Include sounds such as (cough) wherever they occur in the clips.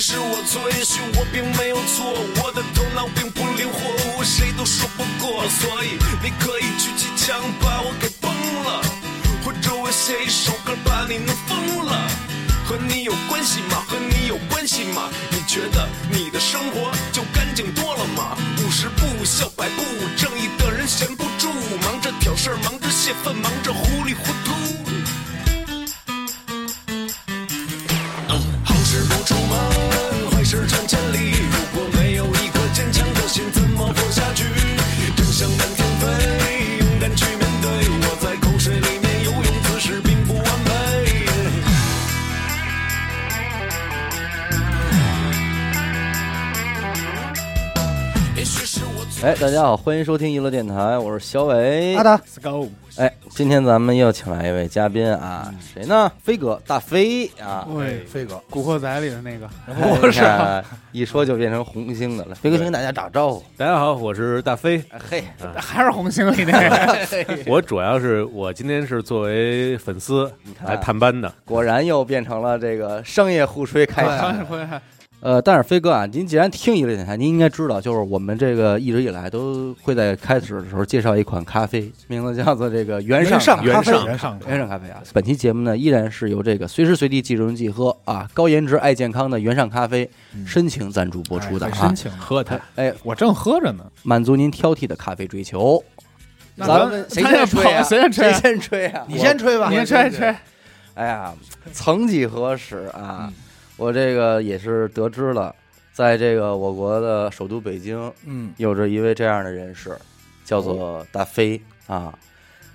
是我错，也许我并没有错，我的头脑并不灵活，我谁都说不过，所以你可以举起枪把我给崩了，或者我写一首歌把你弄疯了。和你有关系吗？和你有关系吗？你觉得你的生活就干净多了吗？五十步笑百步，正义的人闲不住，忙着挑事儿，忙着泄愤，忙着糊里糊涂。好事不出门，坏事传千里。如果没有一颗坚强的心，怎么活下去？真相满天飞，勇敢去面对。我在口水里面游泳，姿势并不完美。也许是我错哎，大家好，欢迎收听娱乐电台，我是小伟。阿达，哎，今天咱们又请来一位嘉宾啊，谁呢？飞哥，大飞啊。喂，哎飞哥，古惑仔里的那个，我是、一说就变成红星的了。飞哥先对跟大家打招呼。大家好，我是大飞。嘿，还是红星里那哎个， (laughs) 我主要是我今天是作为粉丝来探班的，啊果然又变成了这个商业互吹 (laughs) 开当场 (laughs) 然。会呃，但是飞哥啊，您既然听娱乐电台，您应该知道，就是我们这个一直以来都会在开始的时候介绍一款咖啡，名字叫做这个原上上原原上上原上原上咖啡啊。本期节目呢，依然是由这个随时随地即溶即喝啊，高颜值爱健康的原上咖啡深情赞助播出的哎啊申，请了，喝它。哎，我正喝着呢。满足您挑剔的咖啡追求。那咱咱们谁咱也先吹啊？跑谁先吹谁啊先吹啊？你我先吹吧，你吹吹，哎呀，曾几何时啊，我这个也是得知了，在这个我国的首都北京，嗯，有着一位这样的人士，叫做大飞啊。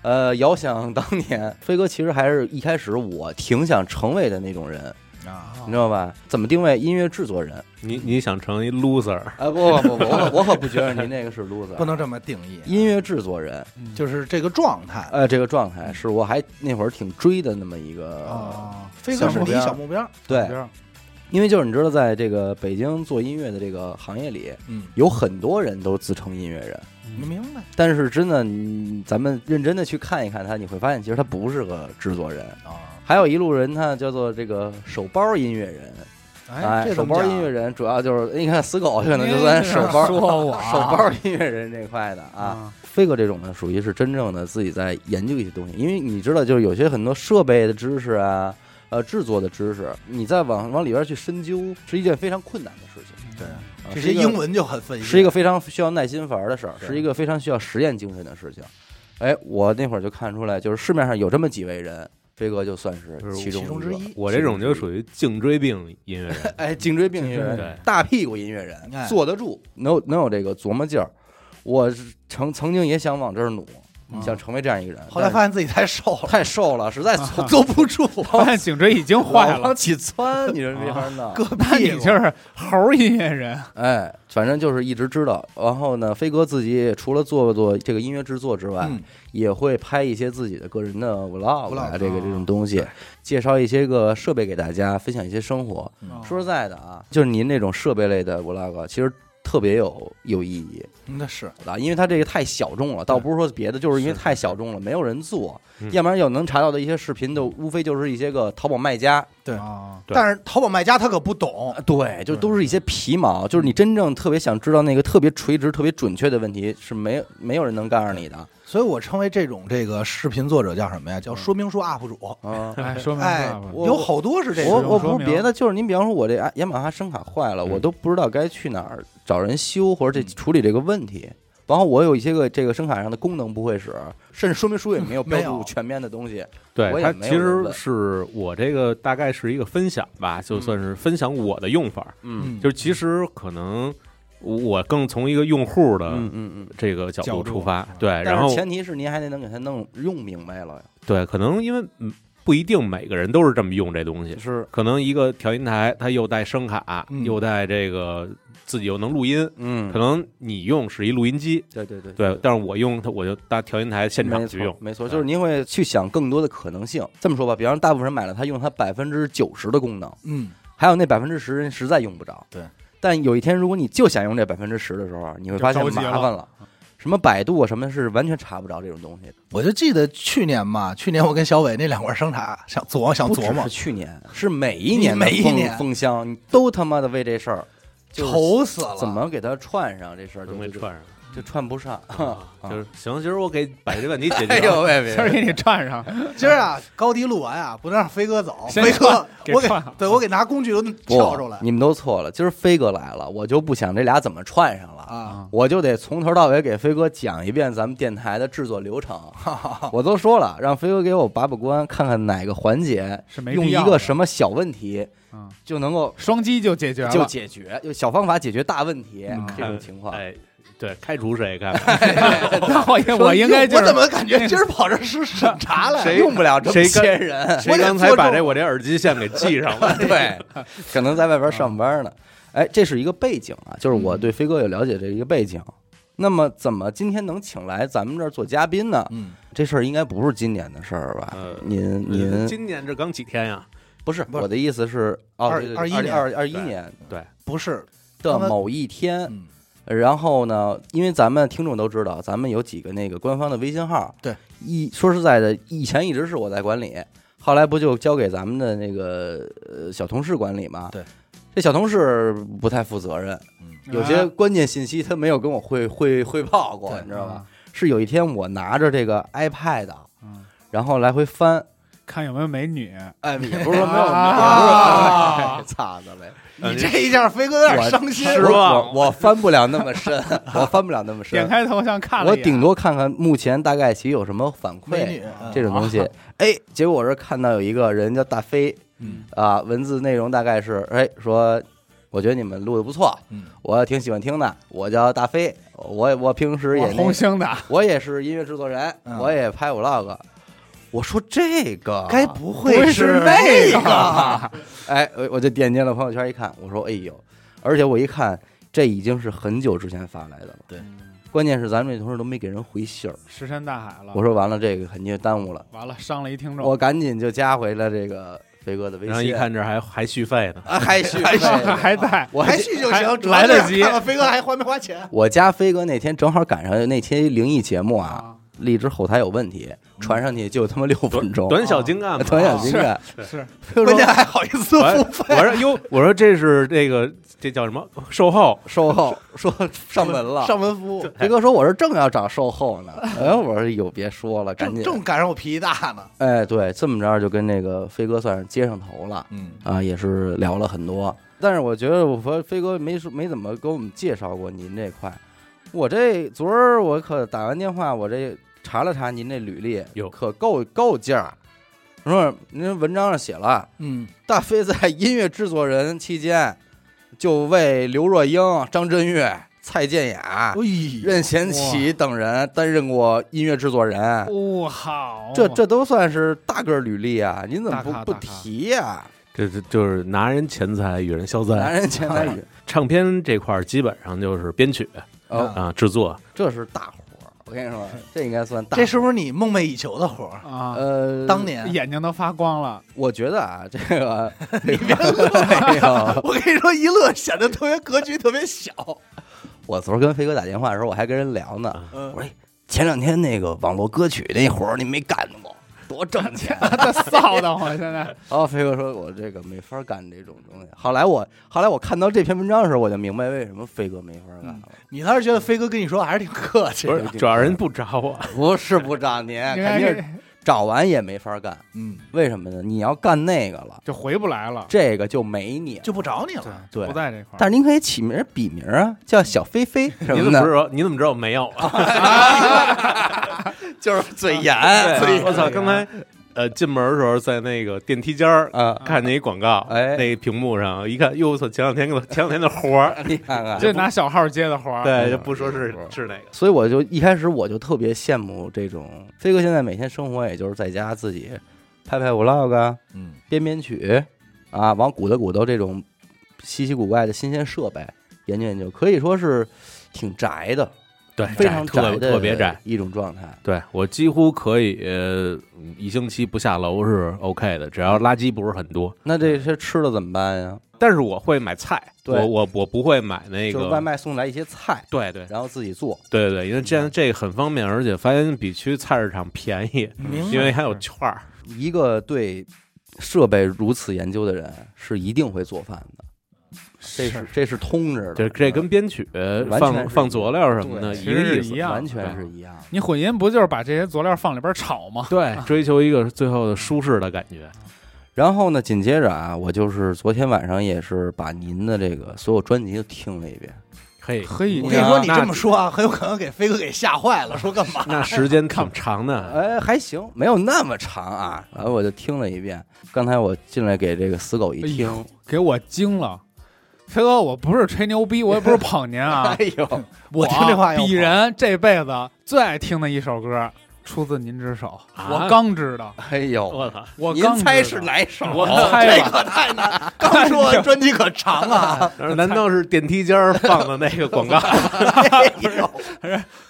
呃，遥想当年，飞哥其实还是一开始我挺想成为的那种人，啊，你知道吧？怎么定位音乐制作人？你你想成一 loser？啊，不不不，我可我可不觉得您那个是啊 loser， (laughs) 不能这么定义，音乐制作人，嗯就是这个状态。呃，这个状态是我还那会儿挺追的那么一个、啊，飞哥小是目你标小目标，对目，标因为就是你知道，在这个北京做音乐的这个行业里，嗯，有很多人都自称音乐人，你明白但是真的，你咱们认真的去看一看他，你会发现其实他不是个制作人。啊？还有一路人，他叫做这个手包音乐人，哎，这手怎么包讲啊哎音乐人主要就是哎你看死狗可能就算 (laughs) 手包说我啊手包音乐人这块的啊。啊，飞哥这种呢，属于是真正的自己在研究一些东西，因为你知道，就是有些很多设备的知识啊，呃，制作的知识，你再往往里边去深究，是一件非常困难的事情。对，啊嗯这是些一个英文就很费劲，是一个非常需要耐心玩的事儿，对是一个非常需要实验精神的事情。哎，我那会儿就看出来，就是市面上有这么几位人，飞哥就算是就是其中其中之一一。我这种就属于颈椎病音乐人个。，哎，颈椎病音乐对人，大屁股音乐人，哎坐得住，能有能有这个琢磨劲儿。我是曾曾经也想往这儿努，嗯想成为这样一个人，后来但是发现自己太瘦了，太瘦了，实在 (laughs) 坐坐不住，发现颈椎已经坏老了往。起窜，你这没法 (laughs) 弄。割那屁你股就是猴儿音乐人，哎，反正就是一直知道。然后呢，飞哥自己也除了做做这个音乐制作之外，嗯也会拍一些自己的个人的 vlog 啊， vlog，这个这种东西，介绍一些个设备给大家，分享一些生活。嗯说实在的啊，就是您这种设备类的 vlog，其实啊特别有有意义嗯那是的，因为它这个太小众了，倒不是说别的，就是嗯因为太小众了，没有人做，嗯要不然有能查到的一些视频，都无非就是一些个淘宝卖家，对啊，对但是淘宝卖家他可不懂啊，对，就都是一些皮毛，就是你真正特别想知道那个特别垂直、特别准确的问题，是没有没有人能告诉你的。所以我称为这种这个视频作者叫什么呀？嗯叫说明书 UP 主。 (laughs) 啊，哎，说明哎白了，我有好多是这我种，我说不是明别的，就是您比方说，我这啊雅马哈声卡坏了，我嗯都不知道该去哪儿找人修，或者这处理这个问题。然后我有一些个这个声卡上的功能不会使，甚至说明书也 (laughs) 没有标没注有全面的东西。我 (laughs) 对，也它没其有人问实是我这个大概是一个分享吧，就算是分享我的用法。嗯就是其实可能我更从一个用户的嗯嗯嗯。这个角角度度出发，对，但然是后前提是您还得能给它弄用明白了呀。对，可能因为嗯不一定每个人都是这么用这东西，是，可能一个调音台，它又带声卡，嗯又带这个自己又能录音，嗯可，能你用是一录音机，对对对对，但是我用它，我就搭调音台现没场错去用，嗯没错，对就是您会去想更多的可能性。这么说吧，比方说大部分人买了它，用它百分之九十的功能，嗯，还有那百分之十人实在用不着。对，但有一天如果你就想用这百分之十的时候，你会发现就着急麻了烦了。什么百度啊什么是完全查不着这种东西的。我就记得去年吧，去年我跟小伟那两块生茶想琢想不只琢磨是，去年，是每一年的每一封年封箱，你都他妈的为这事儿，就是愁死了。怎么给它串上这事儿，能给就串上。就串不 (laughs) 上。啊就是行，今儿我给把这问题解哎决呦了。喂今儿喂！给你串上，今儿啊，高低录完啊，不能让飞哥走。先飞哥，给我给串好对我给拿工具都不撬出来，你们都错了。今儿飞哥来了，我就不想这俩怎么串上了。啊！我就得从头到尾给飞哥讲一遍咱们电台的制作流 (laughs) 程。我都说了，让飞哥给我把把关，看看哪个环节是没用必一要个的什么小问题嗯就能够双击就解决就了。解决，用小方法解决大问题嗯这种情况。哎，对，开除谁？看那我应我应哎该就我是怎么感觉今儿跑这是审查来了？谁用不了这么谁些跟人，谁我得刚才做把中这我这耳机线给系上 (laughs) (laughs) 了？对，可能在外边上班呢。哎，这是一个背景啊，就是我对飞哥有了解这一个背景。那么，怎么今天能请来咱们这儿做嘉宾呢？嗯，这事儿应该不是今年的事儿吧呃？您您今年这刚几天呀？不是不是我的意思是，哦，二对二一对年二二一年不是，的他们某一天。嗯，然后呢，因为咱们听众都知道，咱们有几个那个官方的微信号。对，一说实在的，以前一直是我在管理，后来不就交给咱们的那个呃小同事管理吗？对，这小同事不太负责任，有些关键信息他没有跟我汇汇汇报过，对你知道吧？是有一天我拿着这个 iPad，啊嗯然后来回翻，看有没有美女， (laughs) 哎，也不是说没有，也啊不是，擦的嘞，嗯你这一下飞哥有点伤心。失我望我我翻不了那么深， (laughs) 我翻不了那么点深，开头像看了我一眼顶多看看目前大概其有什么反美女嗯馈，这种东西。哎，结果我是看到有一个人叫大飞嗯啊，文字内容大概是哎说，我觉得你们录的不错，嗯，我挺喜欢听的。我叫大飞，我我平时也我那红星的，我也是音乐制作人，嗯我也拍 vlog。我说这个该不不会会是是那那个个 (laughs) 吧？哎，我我就点进了朋友圈一看，我说哎呦，而且我一看，这已经是很久之前发来的了。对，关键是咱们这同事都没给人回信儿。石沉大海了。我说完了，这个肯定耽误了，完了，伤了一听众。我赶紧就加回了这个飞哥的微然后信。一看这还还续费呢，啊，还续费还在，我还续就行，还主要来是得及看看飞哥还花没 (laughs) 花钱？我加飞哥那天正好赶上那期灵异节目啊，啊荔枝后台有问题，传上去就他妈六分钟，啊短小精干嘛。哦 (laughs) 短小精干。是飞哥说关键还好意思我付我说哟，我说这是这个这叫什么售 (laughs) 后？售后说上门了，上门服务，飞哥说我是正要找售后 (laughs) 呢，哎，我说有别说了，赶正紧，正赶上我脾气大呢。哎，对，这么着就跟那个飞哥算是接上头了嗯，啊，也是聊了很多，但是我觉得我和飞哥没说没怎么给我们介绍过您这块，我这昨儿我可打完电话，我这查了查您这履历，哟可够够劲儿，说您文章上写了，嗯，大飞在音乐制作人期间，就为刘若英、张震岳、蔡健雅。哎，任贤齐等人担任过音乐制作人，哦，好，这这都算是大个儿履历啊！您怎么大咖不不大咖提呀、这这就是拿人钱财与人消男灾。人前男 (laughs) 友，唱片这块儿基本上就是编曲哦，啊、制作，这是大活儿。我跟你说， (laughs) 这应该算大活儿。这是不是你梦寐以求的活儿？啊，呃，当年眼睛都发光了。我觉得啊，这个 (laughs) 你别乐我跟你说，一乐显得特别格局特别小。我昨儿跟飞哥打电话的时候，我还跟人聊呢。嗯我说前两天那个网络歌曲那活儿你没干过，多挣钱。啊他臊的我现在，然后飞哥说：“我这个没法干这种东西。”后来我后来我看到这篇文章的时候，我就明白为什么飞哥没法嗯干了。你当时觉得飞哥跟你说还是挺客气不的，是主要人不啊找我，不是不找您， (laughs) 应哎肯该定是是找完也没法干。嗯，为什么呢？你要干那个了，就回不来了。啊这个就没你嗯了。就不找你了。对不在这块儿。但是您可以起名儿笔名儿啊，叫小飞飞什你么怎么的，知道？你怎么知道没有啊？就是嗯嘴严。对哎我操！刚才呃进门的时候，在那个电梯间儿啊看见一广告，哎那屏幕上一看，哟我操！前两天跟我前两天的活儿，啊你看看，这拿小号接的活儿，对，就不说是嗯是哪个，所以我就一开始我就特别羡慕这种飞哥，现在每天生活也就是在家自己拍拍 vlog 啊，嗯，编编曲啊，往鼓捣鼓捣这种稀奇古怪的新鲜设备研究研究，可以说是挺宅的。对，非常窄特窄的特别窄。一种状态。对我几乎可以呃一星期不下楼是 OK 的，只要垃圾不是很多。那这些吃的怎么办啊呀？但是我会买菜，对我我我不会买那就是个外。卖送来一些菜，对对然后自己做。对对，因为这样这个很方便，而且发现比去菜市场便宜，明因为还有券儿。一个对设备如此研究的人，是一定会做饭的，这是这是通着的，这这跟编曲完全放是放佐料什么的对一个意其实思一，样完全是一样的。你混音不就是把这些佐料放里边炒吗？对，追求一个最后的舒适的感觉。然后呢，紧接着啊，我就是昨天晚上也是把您的这个所有专辑都听了一遍，嘿，嘿我你跟你啊说，你那这么说啊，很有可能给飞哥给吓坏了，说干嘛？那时间挺长 (laughs) 的，哎，还行，没有那么长啊。然后我就听了一遍。刚才我进来给这个死狗一哎听，呦，给我惊了！飞哥，我不是吹牛逼，我也不是捧您啊，哎呦，我听这话要鄙跑人这辈子最爱听的一首歌，出自您之手。啊我刚知 (laughs) 道，哎呦，我操，我您刚猜知是道？哪首？我猜这吧，可太难。刚说完专辑可长啊，难道是电梯间儿放的那个广告？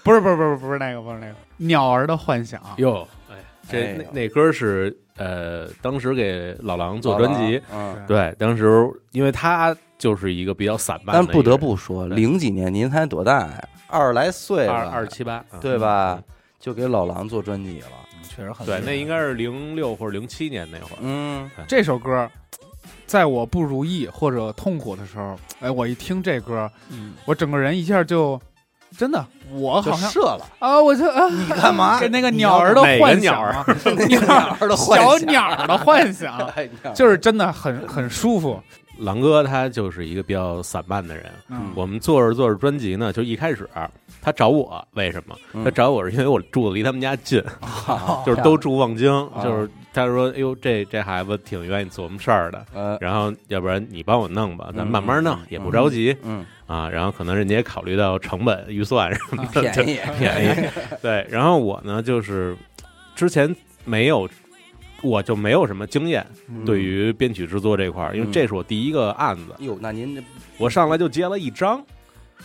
不是不是不是不是那个不是那个《鸟儿的幻想》哟，哎，哎这呦那那歌是呃，当时给老狼做专辑，好了，嗯。对，当时因为他就是一个比较散漫的但一个人，不得不说，对零几年您才多大呀？二十来岁吧，二二七八，嗯对吧？就给老狼做专辑了，确实很对，那应该是零六或者零七年那会儿，嗯，这首歌，在我不如意或者痛苦的时候，哎，我一听这歌，嗯我整个人一下就真的，我就好像射了，啊，我就啊，你干 (laughs) 嘛？跟那个鸟儿的哪个幻鸟想儿啊， (laughs) 鸟儿的幻小想，鸟儿的幻想， (laughs) 哎呀就是真的很很舒服。狼哥他就是一个比较散漫的人。嗯我们做着做着专辑呢，就一开始他找我，为什么？嗯哦他找我是因为我住的离他们家近，好 (laughs) 就是都住望京，啊就是他说，哎呦，这这孩子挺愿意琢磨事儿的。呃，然后，要不然你帮我弄吧，咱嗯慢慢弄，嗯也不着急、 (laughs) 嗯，啊。然后可能人家也考虑到成本预算什么的，便就 (laughs) 宜，哎 (laughs) 便宜。对，然后我呢，就是之前没有，我就没有什么经验嗯对于编曲制作这块儿，因为嗯这是我第一个案子，哟，那您这，我上来就接了一张。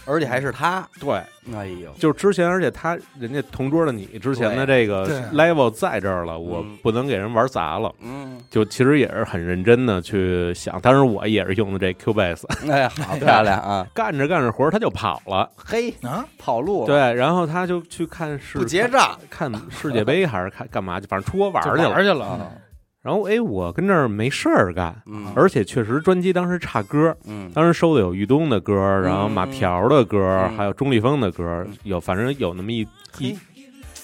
而且还是他，对，哎呦，就是之前，而且他人家同桌的你之前的这个对 level 在这儿了，我嗯不能给人玩砸了。嗯，就其实也是很认真的去想，当然我也是用的这 Cubase， (laughs) 哎，好漂亮啊，干着干着活儿他就跑了，嘿，啊，跑路了，对，然后他就去看世不结账 (laughs) 看世界杯还是看干嘛去，反正出国玩嗯就儿去玩了儿。去了，啊，然后哎，我跟这儿没事儿干，嗯，而且确实专辑当时差歌，嗯当时收的有玉东的歌，然后马条的歌，嗯还有钟立风的歌嗯，有反正有那么一嘿一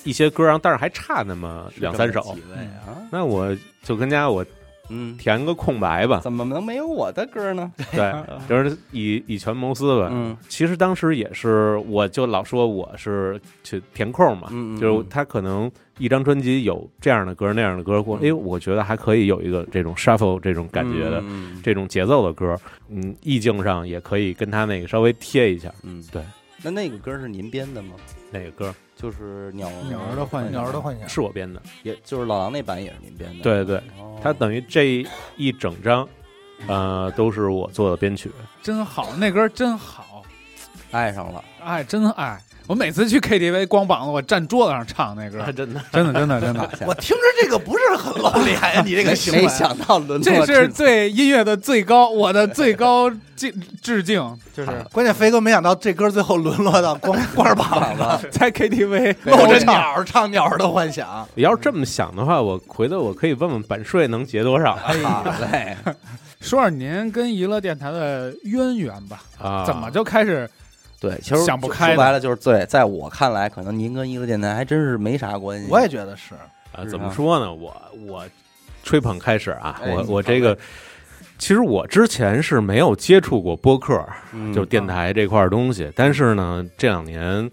一些歌，然后但是还差那么是这么两三首几。位啊，那我就跟家我嗯，填个空 (laughs) 白吧，怎么能没有我的歌呢？对，就是以以权谋私吧。嗯其实当时也是，我就老说我是去填空嘛，嗯，嗯就是他可能一张专辑有这样的歌那样的歌，或嗯哎，我觉得还可以有一个这种 shuffle 这种感觉的。嗯，这种节奏的歌，嗯，意境上也可以跟他那个稍微贴一下。嗯，嗯对，那那个歌是您编的吗？那个歌就是鸟嗯嗯鸟儿的幻想，鸟儿的，幻想，是我编的，也就是老狼那版也是您编的，对对，哦，它等于这一整张，呃，都是我做的编曲。真好，那歌真好，爱上了，哎，真爱。我每次去 KTV 光膀子，我站桌子上唱 (laughs) 那歌， (laughs) 真的，真的真的真的，我听着这个不是很露脸呀，你这个行没为。想到 (laughs) 沦这落是至对音乐的最高，我的最高敬致敬，就是关键飞哥没想到这歌最后沦落到光光着膀子，在 KTV 露露着唱鸟儿唱鸟儿的幻想。你要是这么想的话，我回头我可以问问版税能结多少啊哎好 (laughs) 嘞，说说您跟娱乐电台的渊源吧，啊？怎么就开始？对，其实想不开说的白了就是对，在我看来，可能您跟一个电台还真是没啥关系。我也觉得是，啊？是怎么啊说呢？我我吹捧开始啊，哎我你我捧这个。其实我之前是没有接触过播客，嗯就是电台这块儿东西。但是呢，这两年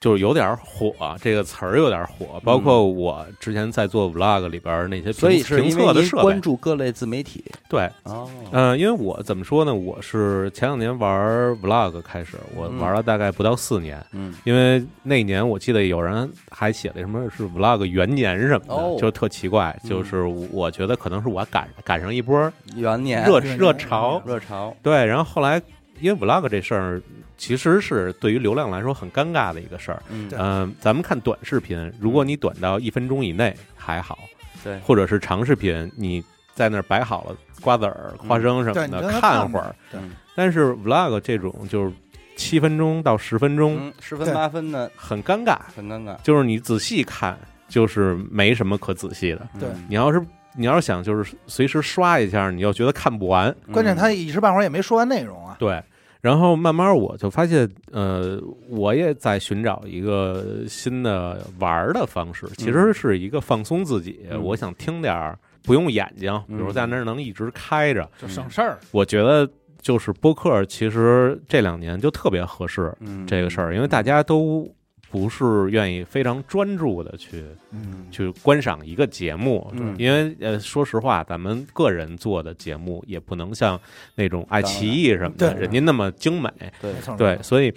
就是有点火，啊这个词儿有点火。包括我之前在做 vlog 里边儿那些所评以是评因为测的您设关备，注各类自媒体对，哦，嗯，因为我怎么说呢，我是前两年玩儿 vlog 开始，我嗯玩了大概不到四年。嗯因为那年我记得有人还写了什么是 vlog 元年什么的，哦就特奇怪。嗯就是我觉得可能是我赶赶上一波元年热元年热潮，热潮，对。然后后来因为 vlog 这事儿其实是对于流量来说很尴尬的一个事儿。嗯对嗯、咱们看短视频，如果你短到一分钟以内还好，对或者是长视频，你在那儿摆好了瓜子儿、花生什么对你的，让他看看会儿。对但是 vlog 这种就是七分钟到十分钟，嗯，十分对八分的很尴尬，很尴尬。就是你仔细看，就是没什么可仔细的。对嗯你要是你要是想就是随时刷一下，你又觉得看不完，关键嗯他一时半会儿也没说完内容啊。对。然后慢慢我就发现，呃，我也在寻找一个新的玩儿的方式，其实是一个放松自己。嗯我想听点儿不用眼睛，比如嗯在那儿能一直开着，就省事儿。我觉得就是播客，其实这两年就特别合适嗯这个事儿，因为大家都不是愿意非常专注的去嗯去观赏一个节目，嗯因为呃，说实话，咱们个人做的节目也不能像那种爱奇艺什么的，对人家那么精美，对没错，对没，错所以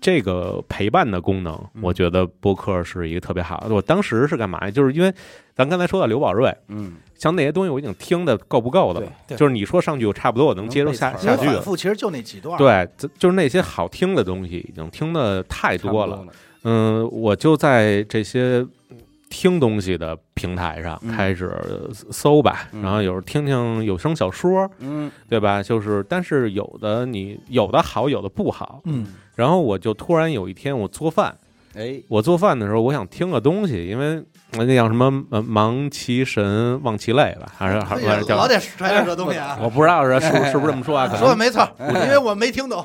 这个陪伴的功能，嗯我觉得播客是一个特别好的。我当时是干嘛呀？就是因为咱刚才说到刘宝瑞，嗯像那些东西我已经听的够不够的了，对对就是你说上句我差不多，我能接受下能背词下儿因为句反了。复其实就那几段。，对，这就是那些好听的东西已经听的太差不多了。，嗯，我就在这些听东西的平台上嗯开始搜吧，嗯然后有时候听听有声小说，嗯对吧？就是，但是有的你有的好，有的不好。嗯，然后我就突然有一天我做饭，哎我做饭的时候我想听个东西，因为呃那叫什么呃忙其神忘其类吧，还是还所是以还是叫哎老得揣点这东西啊。我不知道是是不是不是这么说啊？可能说的没错，因为我没听懂。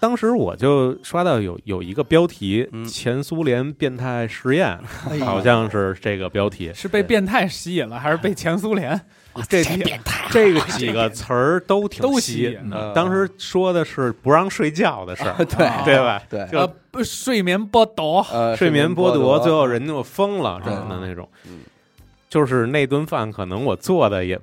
当时我就刷到有有一个标题嗯“前苏联变态实验”，哎呀好像是这个标题。是被变态吸引了，还是被前苏联？这变态，这个几个词儿都挺都吸吸引引的。嗯当时说的是不让睡觉的事儿，啊对对吧？对就呃，不睡眠剥夺，呃睡眠剥夺，夺，最后人就疯了，什么的那种。就是那顿饭，可能我做的也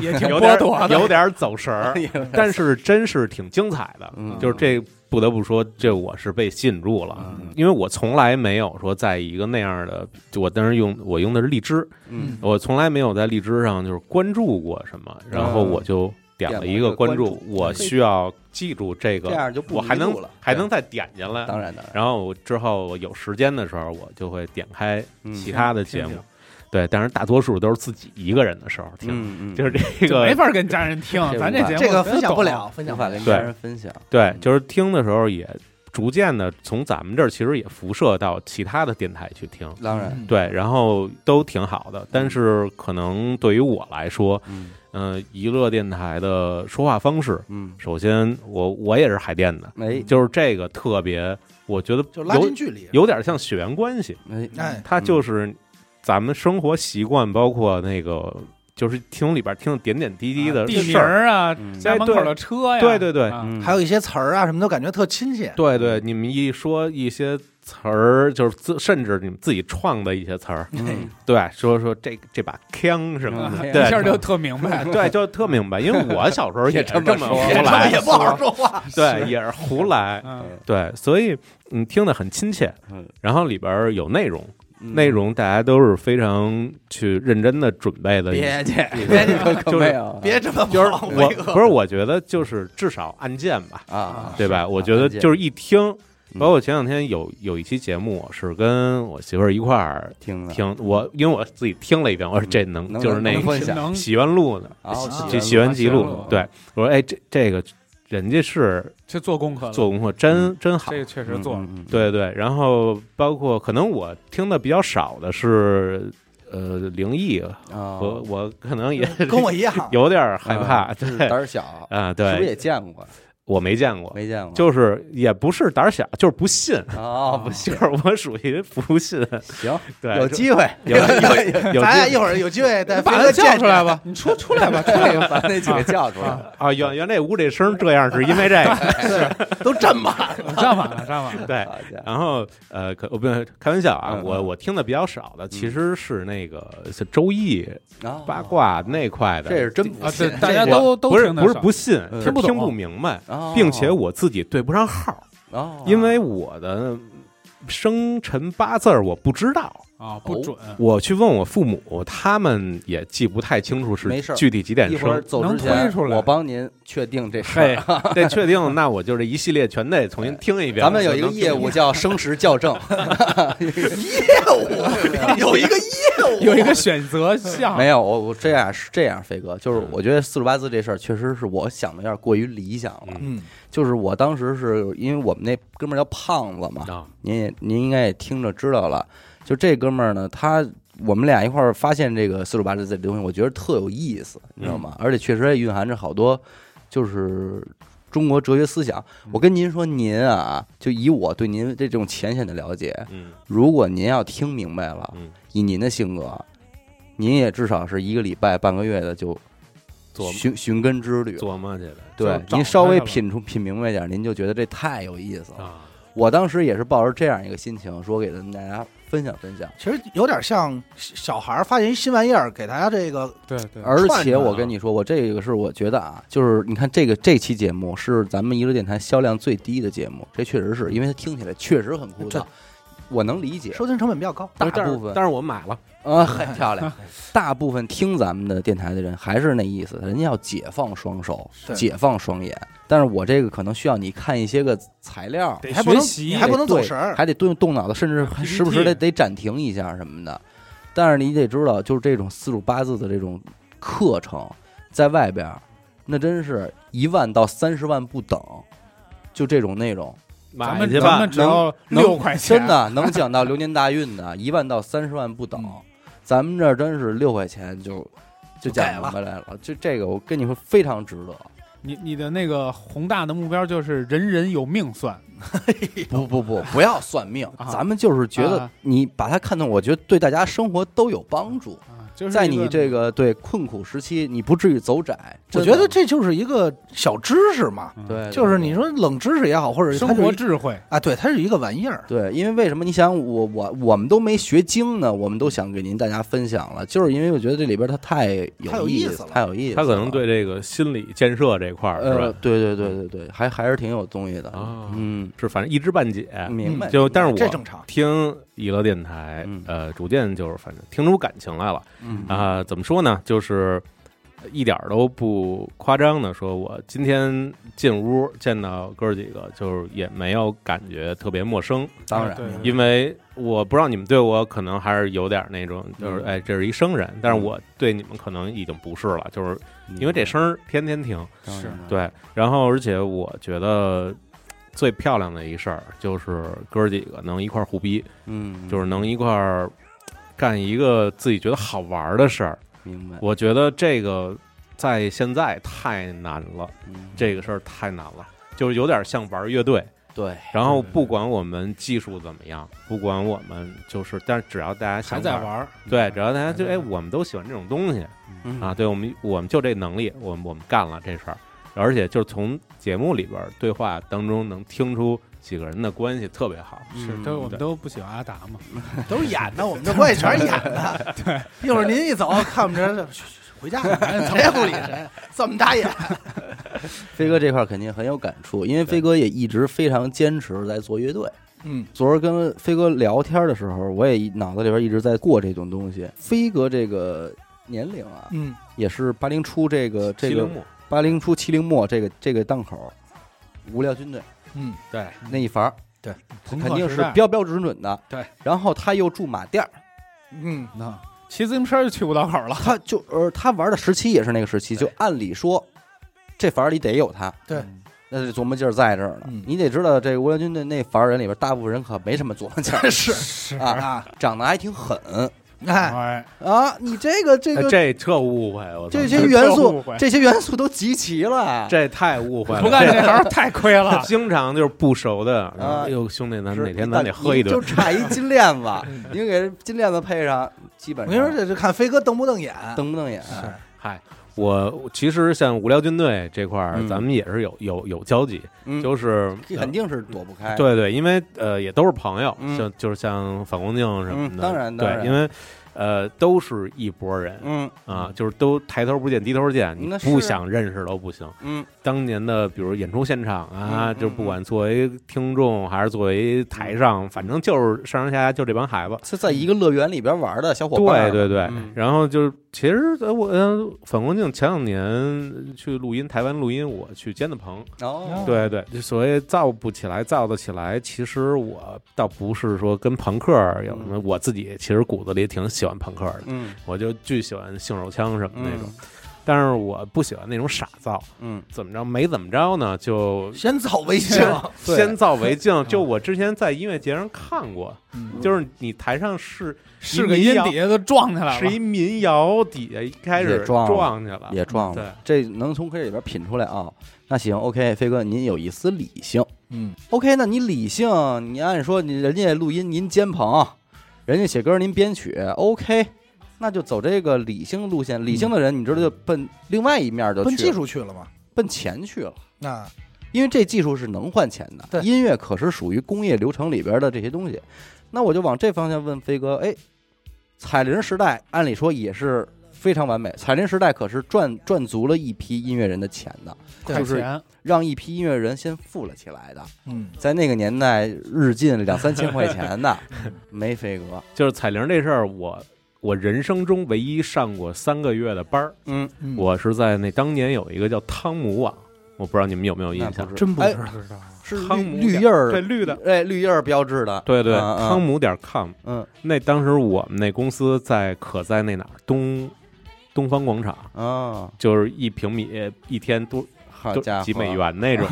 也挺 (laughs) 有点剥夺的。有点走神儿，但是真是挺精彩的。嗯就是这不得不说，这我是被吸引住了，嗯因为我从来没有说在一个那样的，就我当时用我用的是荔枝，嗯我从来没有在荔枝上就是关注过什么，然后我就点了一个关嗯点了一个关注我需要记住这个，这样就不我还能迷路了啊还能再点进来。当然当然，然后我之后我有时间的时候，我就会点开嗯其他的节目听听，对，但是大多数都是自己一个人的时候听，嗯嗯，就是是这就个没法跟家人听这，咱无法节目这个分享不真了，分无享不法了跟。对家人分享，对，嗯就是听的时候也逐渐的从咱们这儿其实也辐射到其他的电台去听，当然，嗯，对，然后都挺好的。但是可能对于我来说，嗯嗯、娱乐电台的说话方式，嗯，首先我我也是海淀的，哎就是这个特别，我觉得就拉有近距离。有点像血缘关系，哎哎，它就是咱们生活习惯，包括那个就是听里边听的点点滴滴的地事名儿。儿啊嗯，家门口的车呀，对对对啊嗯还有一些词儿啊，什么都感觉特亲切。对对，你们一说一些词儿，就是自甚至你们自己创的一些词儿，嗯对，说说这这把枪什么啊的，嗯对，一下就特明白。对，就特明白，因为我小时 (laughs) 候也也这是么这么说胡 (laughs) 也来，也不好好说话。对，也是胡来，嗯，对，所以嗯，听得很亲切嗯，然后里边儿有内容，嗯内容大家都是非常去认真的准备的一些。别去， (laughs) 别别去，这可就是没有 (laughs) 别这么就是往我回搁不是，我觉得就是至少案件吧，啊，对吧？是我觉得按键就是一听，嗯包括前两天有有一期节目，我是跟我媳妇儿一块儿听的听，我因为我自己听了一遍，我说嗯这能能就是那能个分享能洗冤录的，啊喜就欢洗冤记喜欢录，对我说哎，这这个人家是去做功课了，做功嗯课真真好这，个确实做了。嗯嗯嗯对对，然后包括可能我听的比较少的是呃灵异，啊，我我可能也跟我一样， (laughs) (laughs) 有点害怕，嗯就是对嗯胆儿小，啊，是不是对，也见过？我没见过，没见过，就是也不是胆小，就是不信，哦，不就行，是我属于不信，行，对，有机会，嗯有有有咱俩机一会儿有机会再把他飞哥见叫见出来吧，你出出来吧，出来吧。把那几个叫出来，啊，原原来屋这声这样是因为这个，都这么站满了，站满了。对。好家伙，然后，呃，可我不开玩笑啊，嗯嗯我我听的比较少的其实是那个是周易然后八卦那块啊哦的，这是真不啊，对信，，大家我都都不是听得不是少不信，嗯是听不懂听不明白，哦并且我自己对不上号，哦因为我的生辰八字儿我不知道，啊，不准，我去问我父母，他们也记不太清楚没是事儿具体几点一会儿生，走能之前推出来我帮您确定这事嘿儿。， (laughs) 得确定，那我就这一系列全得重新听一遍。咱们有一个我能业务叫生时校 (laughs) 正，业务有一个业 (laughs) 务，有一个选择项，没有我我这样是这样，飞哥，就是嗯我觉得四十八字这事儿确实是我想的有点过于理想了。 (laughs) 嗯，就是我当时是因为我们那哥们儿叫胖子嘛，啊，您也您应该也听着知道了。就这哥们儿呢，他我们俩一块儿发现这个四十八字这东西，我觉得特有意思，你知道嗯吗？而且确实也蕴含着好多就是中国哲学思想。嗯我跟您说，您啊，就以我对您这种浅显的了解，嗯如果您要听明白了，嗯，以您的性格，您也至少是一个礼拜、半个月的就琢磨寻寻根之旅了。琢磨去了对就找您稍微开了品出品明白点儿，您就觉得这太有意思了。啊，我当时也是抱着这样一个心情，说给大家分享分享。其实有点像小孩儿发现一新玩意儿，给大家这个对对，而串且着我啊跟你说，我这个是我觉得啊，就是你看这个这期节目是咱们娱乐电台销量最低的节目，这确实是因为它听起来确实很枯燥这，我能理解。收听成本比较高。大但是部分但是我买了，啊，很漂亮。 (laughs) 大部分听咱们的电台的人还是那意思，人家要解放双手，对解放双眼。但是我这个可能需要你看一些个材料，得你还不能学习你还不能走对神儿，还得动动脑子，甚至还 PPT 时不时得得暂停一下什么的。但是你得知道，就是这种四路八字的这种课程，在外边儿那真是一万到三十万不等，就这种内容，咱买们去咱吧们。只要能六块钱，真啊的能讲到流年大运的，一万到三十万不等。嗯咱们这儿真是六块钱就就讲明白来了，就这个我跟你说非常值得。哎你你的那个宏大的目标就是人人有命算，不不不，不要算命，啊咱们就是觉得啊你把它看成，我觉得对大家生活都有帮助。啊就是在一你个这个对困苦时期，你不至于走窄。我真觉的得这就是一个小知识嘛，对，对就是你说冷知识也好，或者它生是活一智慧，啊，对，它是一个玩意儿。对，因为为什么？你想我我我们都没学经呢，我们都想给您大家分享了，就是因为我觉得这里边它太太有意意思了太有意思他可能了对这个心理建设这块儿是呃，吧？对对对对对，还还是挺有东西的啊嗯，是反正一知半解，明白。嗯就但是我这正常。听娱乐电台嗯，呃，逐渐就是反正听出感情来了嗯啊、怎么说呢？就是一点儿都不夸张的说，我今天进屋见到哥儿几个，就是也没有感觉特别陌生，当然对对因为我不知道你们对我可能还是有点那种，就是嗯哎，这是一生人，但是我对你们可能已经不是了，就是嗯因为这声儿天天听，当是然了对，然后而且我觉得。最漂亮的一事儿就是哥儿几个能一块儿胡逼，嗯，就是能一块儿干一个自己觉得好玩儿的事儿。明白我觉得这个在现在太难了，嗯这个事儿太难了，就是有点像玩乐队。对然后对对对不管我们技术怎么样，不管我们就是，但是只要大家还想在儿玩，儿，对，只要大家就还在哎，玩我们都喜欢这种东西嗯啊，对我们我们就这能力，我们我们干了这事儿。而且就是从节目里边儿对话当中能听出几个人的关系特别好，是嗯都我们对都不喜欢阿达嘛，都是演的，我们这关系全是演的。 (laughs) 对，一会儿您一走，看我们这去去去回家去，哎谁也不理谁， (laughs) 这么大眼。飞哥这块儿肯定很有感触，因为飞哥也一直非常坚持在做乐队。嗯，昨儿跟飞哥聊天的时候，我也脑子里边一直在过这种东西。飞哥这个年龄啊，嗯，也是八零初这个这七个零木八零初七零末这个这个档口，无聊军队嗯，对，那一伐儿， (laughs) 朋肯克定时是代标标准准的。对，然后他又住马甸儿，嗯，那骑自行车就去五道口了，他就呃他玩的时期也是那个时期，就按理说这法儿里得有他。对嗯。那这琢磨劲儿在这儿呢，嗯，你得知道，这个无聊军队那法儿人里边，大部分人可没什么琢磨劲 (laughs) 儿是是啊，啊，长得还挺狠哎，哎， (laughs) 啊！你这个这哎个这特误会，我操这些元这误素会， (laughs) 这些元素都集齐了，这太误会了，，不干这行太亏了经常就是不熟的，然后啊哎呦兄弟，咱是哪天你咱把得喝你一顿就，嗯差一金链 (laughs) 子，你给金链子配上，基本我上跟你说，这就看飞哥瞪不 (laughs) 瞪眼。瞪不瞪眼？嗯嗨，我其实像无聊军队这块儿嗯，咱们也是有有有交集，嗯，就是肯定是躲不开。呃，对对，因为呃也都是朋友，嗯像就是像反光镜什么嗯的，当然当然对，因为呃，都是一拨人嗯啊，就是都抬头不见低头见，你那不是啊想认识都不行。嗯，当年的比如演出现场啊，嗯嗯就不管作为听众还是作为台上，反正就是上上下下就这帮孩子。是在一个乐园里边玩的小伙伴对儿，对对，嗯然后就是其实呃我呃反光镜前两年去录音，台湾录音，我去尖子棚，哦，对对，就所谓造不起来，造得起来，其实我倒不是说跟朋克儿有什么，我自己其实骨子里挺喜欢朋克儿的，嗯我就巨喜欢性手枪什么那种嗯，但是我不喜欢那种傻造，嗯，怎么着没怎么着呢，就先走为敬，先对先造 (laughs) 为敬。就我之前在音乐节上看过，嗯就是你台上 (laughs) 是是个音底下都撞起来 (laughs) 是了一，民谣底下一开始也撞了撞去啊了，也撞了，这能从这里边品出来啊。那行，OK，飞哥，您有一丝理性。嗯，OK，那你理性，你按说你人家录音您监棚，人家写歌您编曲，OK，那就走这个理性路线。理性的人，你知道就奔另外一面就去了奔技术去了嘛？奔钱去了。那因为这技术是能换钱的，对音乐可是属于工业流程里边的这些东西。那我就往这方向问飞哥，哎，彩铃时代按理说也是非常完美，彩铃时代可是赚赚足了一批音乐人的钱的，对就是钱让一批音乐人先富了起来的，嗯，在那个年代日进两三千块钱的，没飞哥，就是彩铃这事儿，我我人生中唯一上过三个月的班儿，嗯，嗯我是在那当年有一个叫汤姆网，我不知道你们有没有印那象不？是真不哎知道，是汤绿姆绿点叶儿对绿的，哎绿叶儿标志的，对对，嗯汤姆点 com。嗯那当时我们那公司在可在那哪儿东东方广场，嗯啊，就是一平米一天多好都家伙，几美元那种，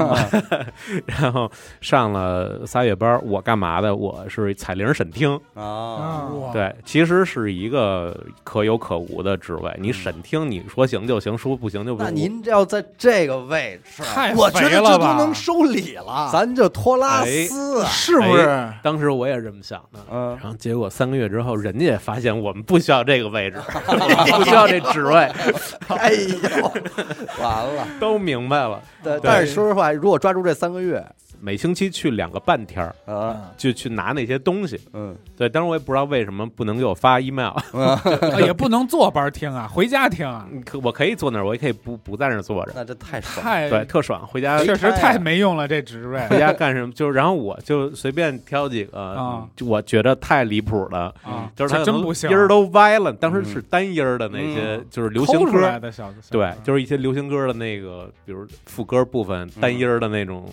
(laughs) 然后上了仨月班儿。我干嘛的？我是彩铃审听，啊啊，哇，对，其实是一个可有可无的职位。你嗯审听，你说行就行，说不行就不那行。您要在这个位置，太我觉得肥这了都吧？ (laughs) 能收礼了，哎咱就托拉斯啊，是不是？哎当时我也这么想的，嗯然后结果三个月之后，人家也发现我们不需要这个 (laughs) 位置，不需要这职位， (laughs) 哎呦，完了。都明白了。但但是说实话，如果抓住这三个月，每星期去两个半天儿，啊，就去拿那些东西。嗯，对，当时我也不知道为什么不能给我发 email， (laughs) 啊也不能坐班儿听啊，回家听啊，可我可以坐那儿，我也可以不不在那儿坐着，那这太爽了。太 (laughs) 对，哎特爽。回家确实太太没用了这职位回家干什么？就是然后我就随便挑几个，啊就我觉得太离谱的，啊，就是他这可真能不行，音儿都歪了。当时是嗯单音儿的那些，嗯就是流抠行出歌来，的小子，嗯小对子，就是一些流行歌的那个，比如副歌部分单音儿的那种，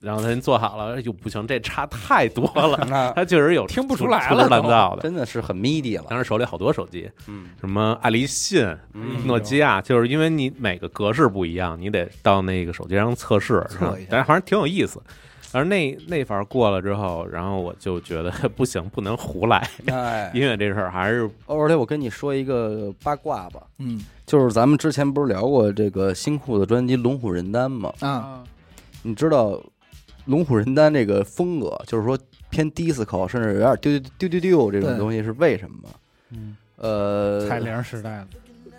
然后他人做好了，就不行，这差太多 (laughs) 了。那他确实有听不粗出来粗制了滥都造的。真的是很 midi 了。当时手里好多手机，嗯什么爱立信、嗯诺基亚，就是因为你每个格式不一样，你得到那个手机上测试，测然后一下但是反正挺有意思。而那那法儿过了之后，然后我就觉得 (laughs) 不行，不能胡来，哎，音乐这事儿还是而且我跟你说一个八卦吧，嗯就是咱们之前不是聊过这个新裤子专辑《龙虎人丹》吗？啊，嗯啊，你知道《龙虎人丹》这个风格，就是说偏 disco，甚至有点丢丢丢丢丢这种对东西是为什么吗？嗯，呃，彩铃时代的，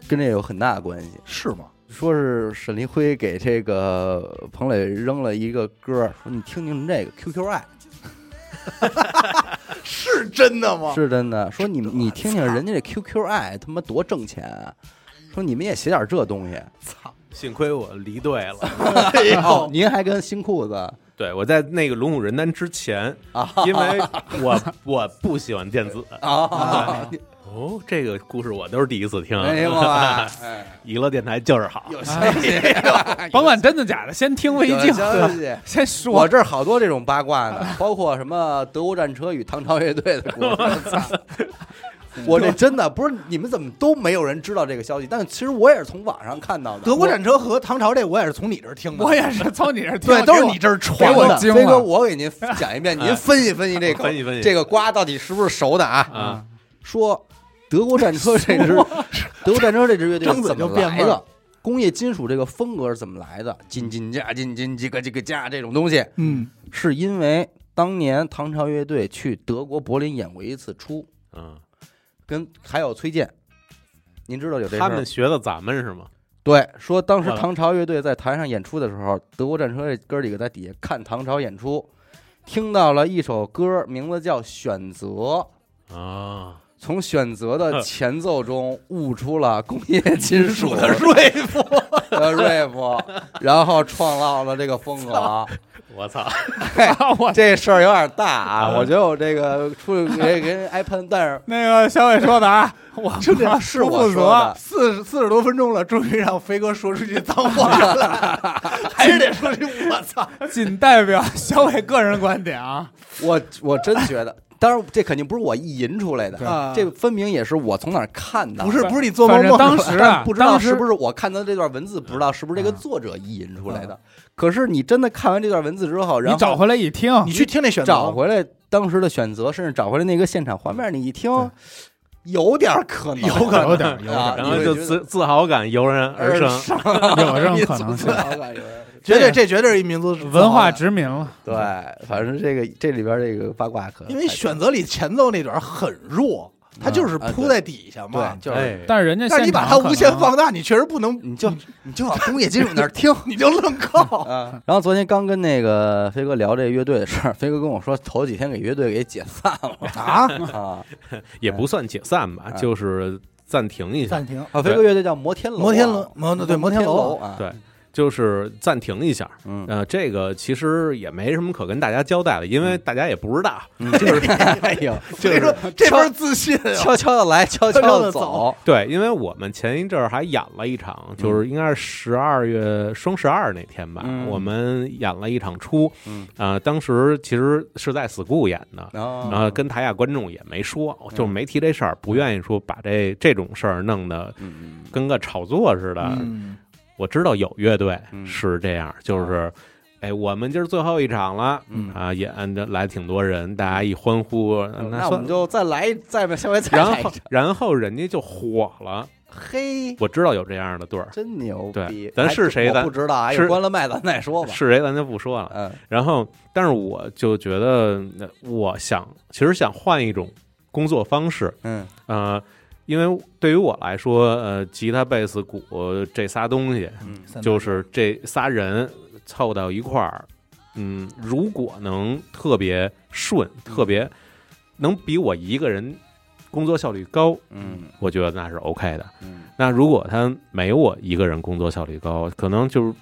跟这有很大的关系。是吗？说是沈黎辉给这个彭磊扔了一个歌儿，说你听听这个 QQ 爱 (laughs) 是真的吗？是真的，说你你听听人家这 QQ 爱他妈多挣钱啊，说你们也写点这东西，操！幸亏我离队了。 (laughs) 哎呦，您还跟新裤子对，我在那个龙虎人丹之前，因为我 (laughs) 我不喜欢电子。啊， (laughs) 哦，这个故事我都是第一次听，哎 (laughs) (laughs) 呦我，哎娱乐电台就是好。有哎甭管真的假的，先听为敬有，消息。 (laughs) 先我说。这儿好多这种八卦呢，包括什么德国战车与唐朝乐队的故事。我这真的不是你们怎么都没有人知道这个消息，但其实我也是从网上看到的。德国战车和唐朝这我也是从你这儿听的，我也是从你这儿听对，的，都是你这儿传给我的。惊飞哥，了我给您讲一遍，您分析分析这个，分析分析这个瓜到底是不是熟的啊？ (laughs) 啊，说德国战车这支德国战车这支乐队张是嘴怎就么变来味儿的？工业金属这个风格是怎么来的？金金加金金这个这个加这种东西，嗯，是因为当年唐朝乐队去德国柏林演过一次出，嗯，跟还有崔健，您知道有这事他儿吗们？学的咱们是吗？对，说当时完了唐朝乐队在台上演出的时候，德国战车这哥几个在底下看唐朝演出，听到了一首歌，名字叫《选择》，啊，从选择的前奏中悟出了工业金属的瑞夫的瑞夫，然后创造了这个风格。我操，啊这事儿有点大啊！我觉得我这个出去给给人挨喷，但是那个小伟说的啊，我 (laughs) 这是不我负说责的，四十四十多分钟了，终于让飞哥说出句脏话了， (laughs) 还是得说句我操！仅代表小伟个人观点啊。我我真觉得，当然这肯定不是我意淫出来的，啊这分明也是我从哪儿看到的，不是不是你 (laughs) 做梦反正梦当时啊但，不知道当时是不是我看到这段文字，不知道是不是这个作者意淫出来的。可是你真的看完这段文字之后，然你后找回来一 (laughs) 听，你去听那选择，找回来当时的选择，甚至找回来那个现场画面，你一听，有点可能，有可能有点有啊点然后就自自豪感油然而生。嗯有这种可 (laughs) 能性，绝对这绝对是一民族文化殖民了。对，反正这个这里边这个八卦可因为选择里前奏那段很弱，它就是铺在底下嘛。对，就是哎，但是人家但是你现把场它可能无限放大，你确实不能，嗯你就你就往工业金属那儿听。 (laughs) 你就愣靠。啊，然后昨天刚跟那个飞哥聊这乐队的事儿，飞哥跟我说头几天给乐队给解散了啊， (laughs) 啊也不算解散吧，哎就是暂停一下，暂停。啊！飞哥乐队叫摩天楼啊，摩天楼，摩对摩天楼楼，啊，对就是暂停一下。嗯呃，这个其实也没什么可跟大家交代的，因为大家也不知道。嗯，就是哎 (laughs) 呦，所以说这份自信啊，悄悄的来，悄悄悄地的走走，对，因为我们前一阵儿还演了一场，就是应该是十二月双十二那天吧，嗯我们演了一场出。嗯，呃，当时其实是在 school 演的，然后然后跟台下观众也没说，嗯就是没提这事儿，不愿意说把这这种事儿弄得嗯跟个炒作似的。嗯，我知道有乐队嗯哦是这样，就是，哎，我们今儿最后一场了，嗯啊，也按着来挺多人，大家一欢呼，嗯，那那我算们。就再来一，再下回再来然一后场，，然后人家就火了。嘿，我知道有这样的队儿，真牛逼对！咱还是谁我咱不知道啊，是有关了麦咱再说吧。是谁咱就不说了。嗯然后，但是我就觉得，呃我想其实想换一种工作方式，嗯呃，因为对于我来说，呃，吉他、贝斯、鼓这仨东西，嗯 (laughs) 就是这仨人凑到一块儿，嗯，如果能特别顺，嗯特别能比我一个人工作效率高，嗯我觉得那是 OK 的。嗯那如果他没我一个人工作效率高，可能就是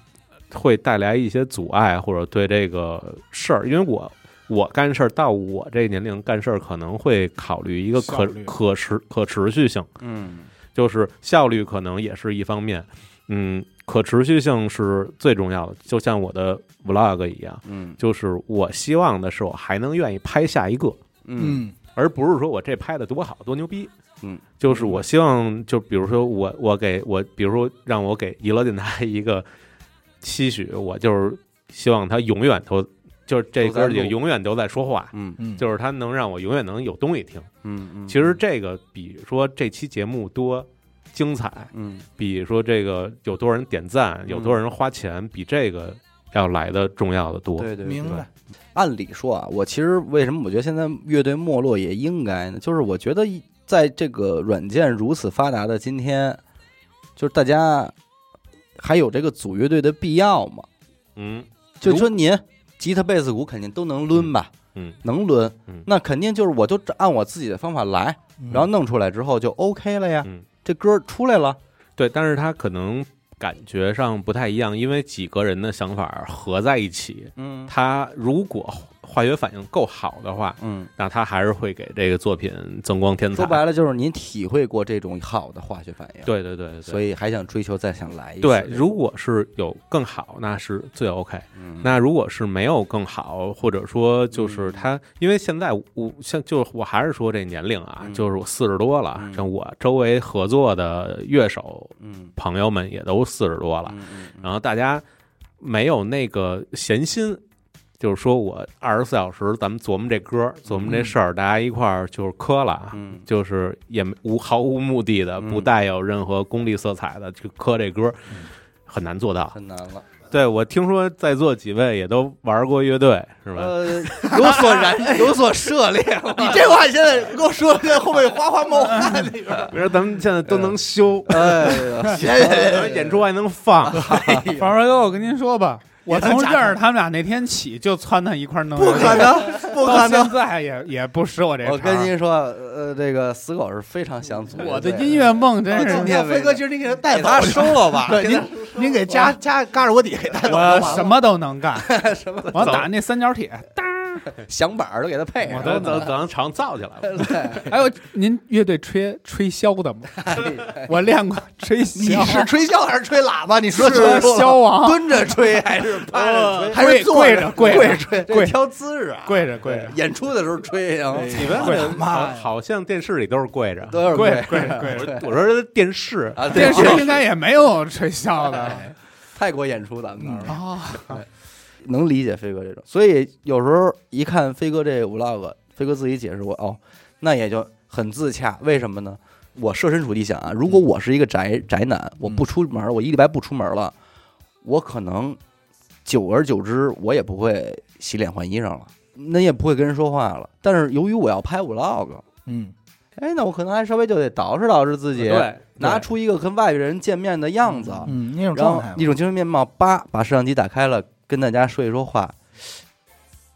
会带来一些阻碍，或者对这个事儿，因为我我干事儿到我这年龄干事儿，可能会考虑一个效可率可持可持续性，嗯就是效率可能也是一方面，嗯，可持续性是最重要的。就像我的 vlog 一样，嗯就是我希望的是我还能愿意拍下一个，嗯嗯，而不是说我这拍的多好多牛逼。嗯，就是我希望，就比如说我我给我，比如说让我给娱乐电台一个期许，我就是希望他永远都就是这都在哥儿几个录永远都在说话，嗯嗯就是他能让我永远能有东西听。嗯嗯，其实这个比说这期节目多精彩，嗯比说这个有多少人点赞，有多少人花钱，比这个要来的重要的多。对对明白。按理说啊，我其实为什么我觉得现在乐队没落也应该呢？就是我觉得一在这个软件如此发达的今天，就是大家还有这个组乐队的必要吗？嗯，就如说您吉他、贝斯、鼓肯定都能抡吧？嗯嗯能抡嗯，那肯定就是我就按我自己的方法来，然后弄出来之后就 OK 了呀嗯。这歌出来了，对，但是他可能感觉上不太一样，因为几个人的想法合在一起，嗯他如果化学反应够好的话，嗯，那他还是会给这个作品增光添彩。说白了就是您体会过这种好的化学反应，，嗯对对对对，所以以还想追求再想来一次。对，如果是有更好，那是最 OK。嗯那如果是没有更好，或者说就是嗯他，因为现在我像就是我还是说这年龄啊，嗯就是我四十多了嗯，像我周围合作的乐手嗯朋友们也都四十多了，嗯嗯然后大家没有那个闲心，就是说我二十四小时咱们琢磨这歌，琢磨这事儿，大家一块儿就是磕了啊，嗯就是也没无毫无目的的，嗯不带有任何功利色彩的去磕这歌，很难做到。很难了，对我听说在座几位也都玩过乐队，是吧？ (laughs) 呃，有所然， (laughs) 有所涉猎， (laughs) 你这话现在跟我说，现在后面哗哗冒汗那边。比如说咱们现在都能修，呃哎呀， (laughs) 别别别嗯呃演出还能放，反正我跟您说吧，我也从很认假识他们俩那天起就撺掇一块儿弄，不可，能，不可到现能，在也也不使我这茬儿。我跟您说，呃，这个死狗是非常想组乐队我的音乐梦真我是今今天天为飞哥，今儿你给他带给走他去，收了 (laughs) 吧，对，您您给加加嘎着窝底给带走就完我什了。么都能 (laughs) 干，我打那三角铁。响板儿都给他配我上。都 (laughs) 咱咱咱常造起来了，还有哎您乐队吹吹箫 (laughs) 的吗？我练过吹你箫，是吹箫还是吹喇叭？你说清是楚了箫王，蹲着吹还是趴着吹？还是坐跪着跪着跪着吹？这跪挑姿势啊！跪着跪着演出的时候吹，然啊后你们跪好哎妈呀好像电视里都是跪着。都是跪着跪着跪着。我说这电视 (laughs) 啊，电对，视 (laughs) 应该也没有吹箫的泰国演出咱们那儿哦，能理解飞哥这种，所以有时候一看飞哥这 vlog，飞哥自己解释过哦，那也就很自洽。为什么呢？我设身处地想啊，如果我是一个宅宅男，我不出门，我一礼拜不出门了，我可能久而久之，我也不会洗脸换衣裳了，那也不会跟人说话了。但是由于我要拍 vlog，嗯，呃哎，那我可能还稍微就得捯饬捯饬自己，对拿出一个跟外边人见面的样子，嗯，那种然状后态嘛，一种精神面貌，叭，把摄像机打开了，跟大家说一说话，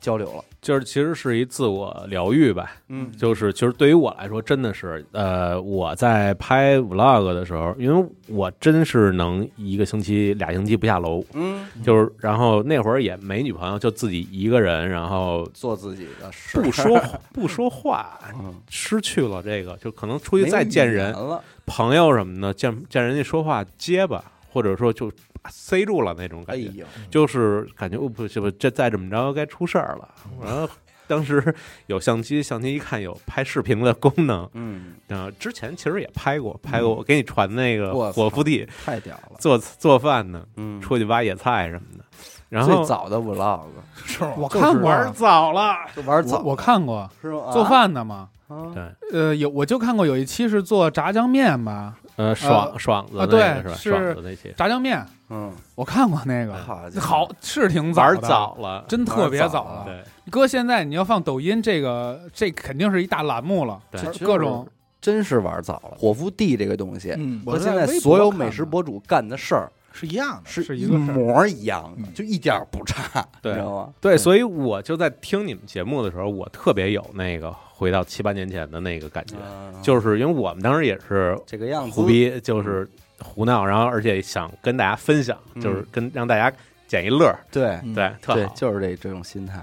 交流了。就是其实是一自我疗愈吧，嗯就是其实对于我来说，真的是，呃，我在拍 vlog 的时候，因为我真是能一个星期、俩星期不下楼，嗯，就是然后那会儿也没女朋友，就自己一个人，然后做自己的事儿，不说不说话， (laughs) 嗯，失去了这个，就可能出不去再见人，了。朋友什么的，见见人家说话结巴，或者说就塞住了那种哎感觉，呦，就是感觉哦不是不这再这么着该出事儿了，然后。当时有相机，相机一看有拍视频的功能，嗯，呃，之前其实也拍过，拍过，我给你传那我操个火夫地太屌了。做做饭呢，嗯，出去挖野菜什么的。 (laughs) 然最后早的 vlog 是吗？我看过，啊玩早了，就玩我早，我看过是吗？做饭的嘛。啊对，呃，有我就看过有一期是做炸酱面吧，呃，爽爽子啊那对个是吧？是爽子那些炸酱面，嗯，我看过那个，好家伙啊好是挺早玩的，早了，真特别早啊了。对，搁现在你要放抖音，这个这肯定是一大栏目了，对就是就是各种真是玩早了。火夫地这个东西嗯，我和在现在微博所有看美的食博主干的事儿是一样的。是一一个事儿模一样的，嗯就一点儿不差，你对知道吗？对，所以我就在听你们节目的时候，我特别有那个回到七八年前的那个感觉，就是因为我们当时也是嗯这个样子，胡逼，就是胡闹，然后而且想跟大家分享，嗯就是跟让大家捡一乐儿，对，嗯对，特对，好，就是这这种心态。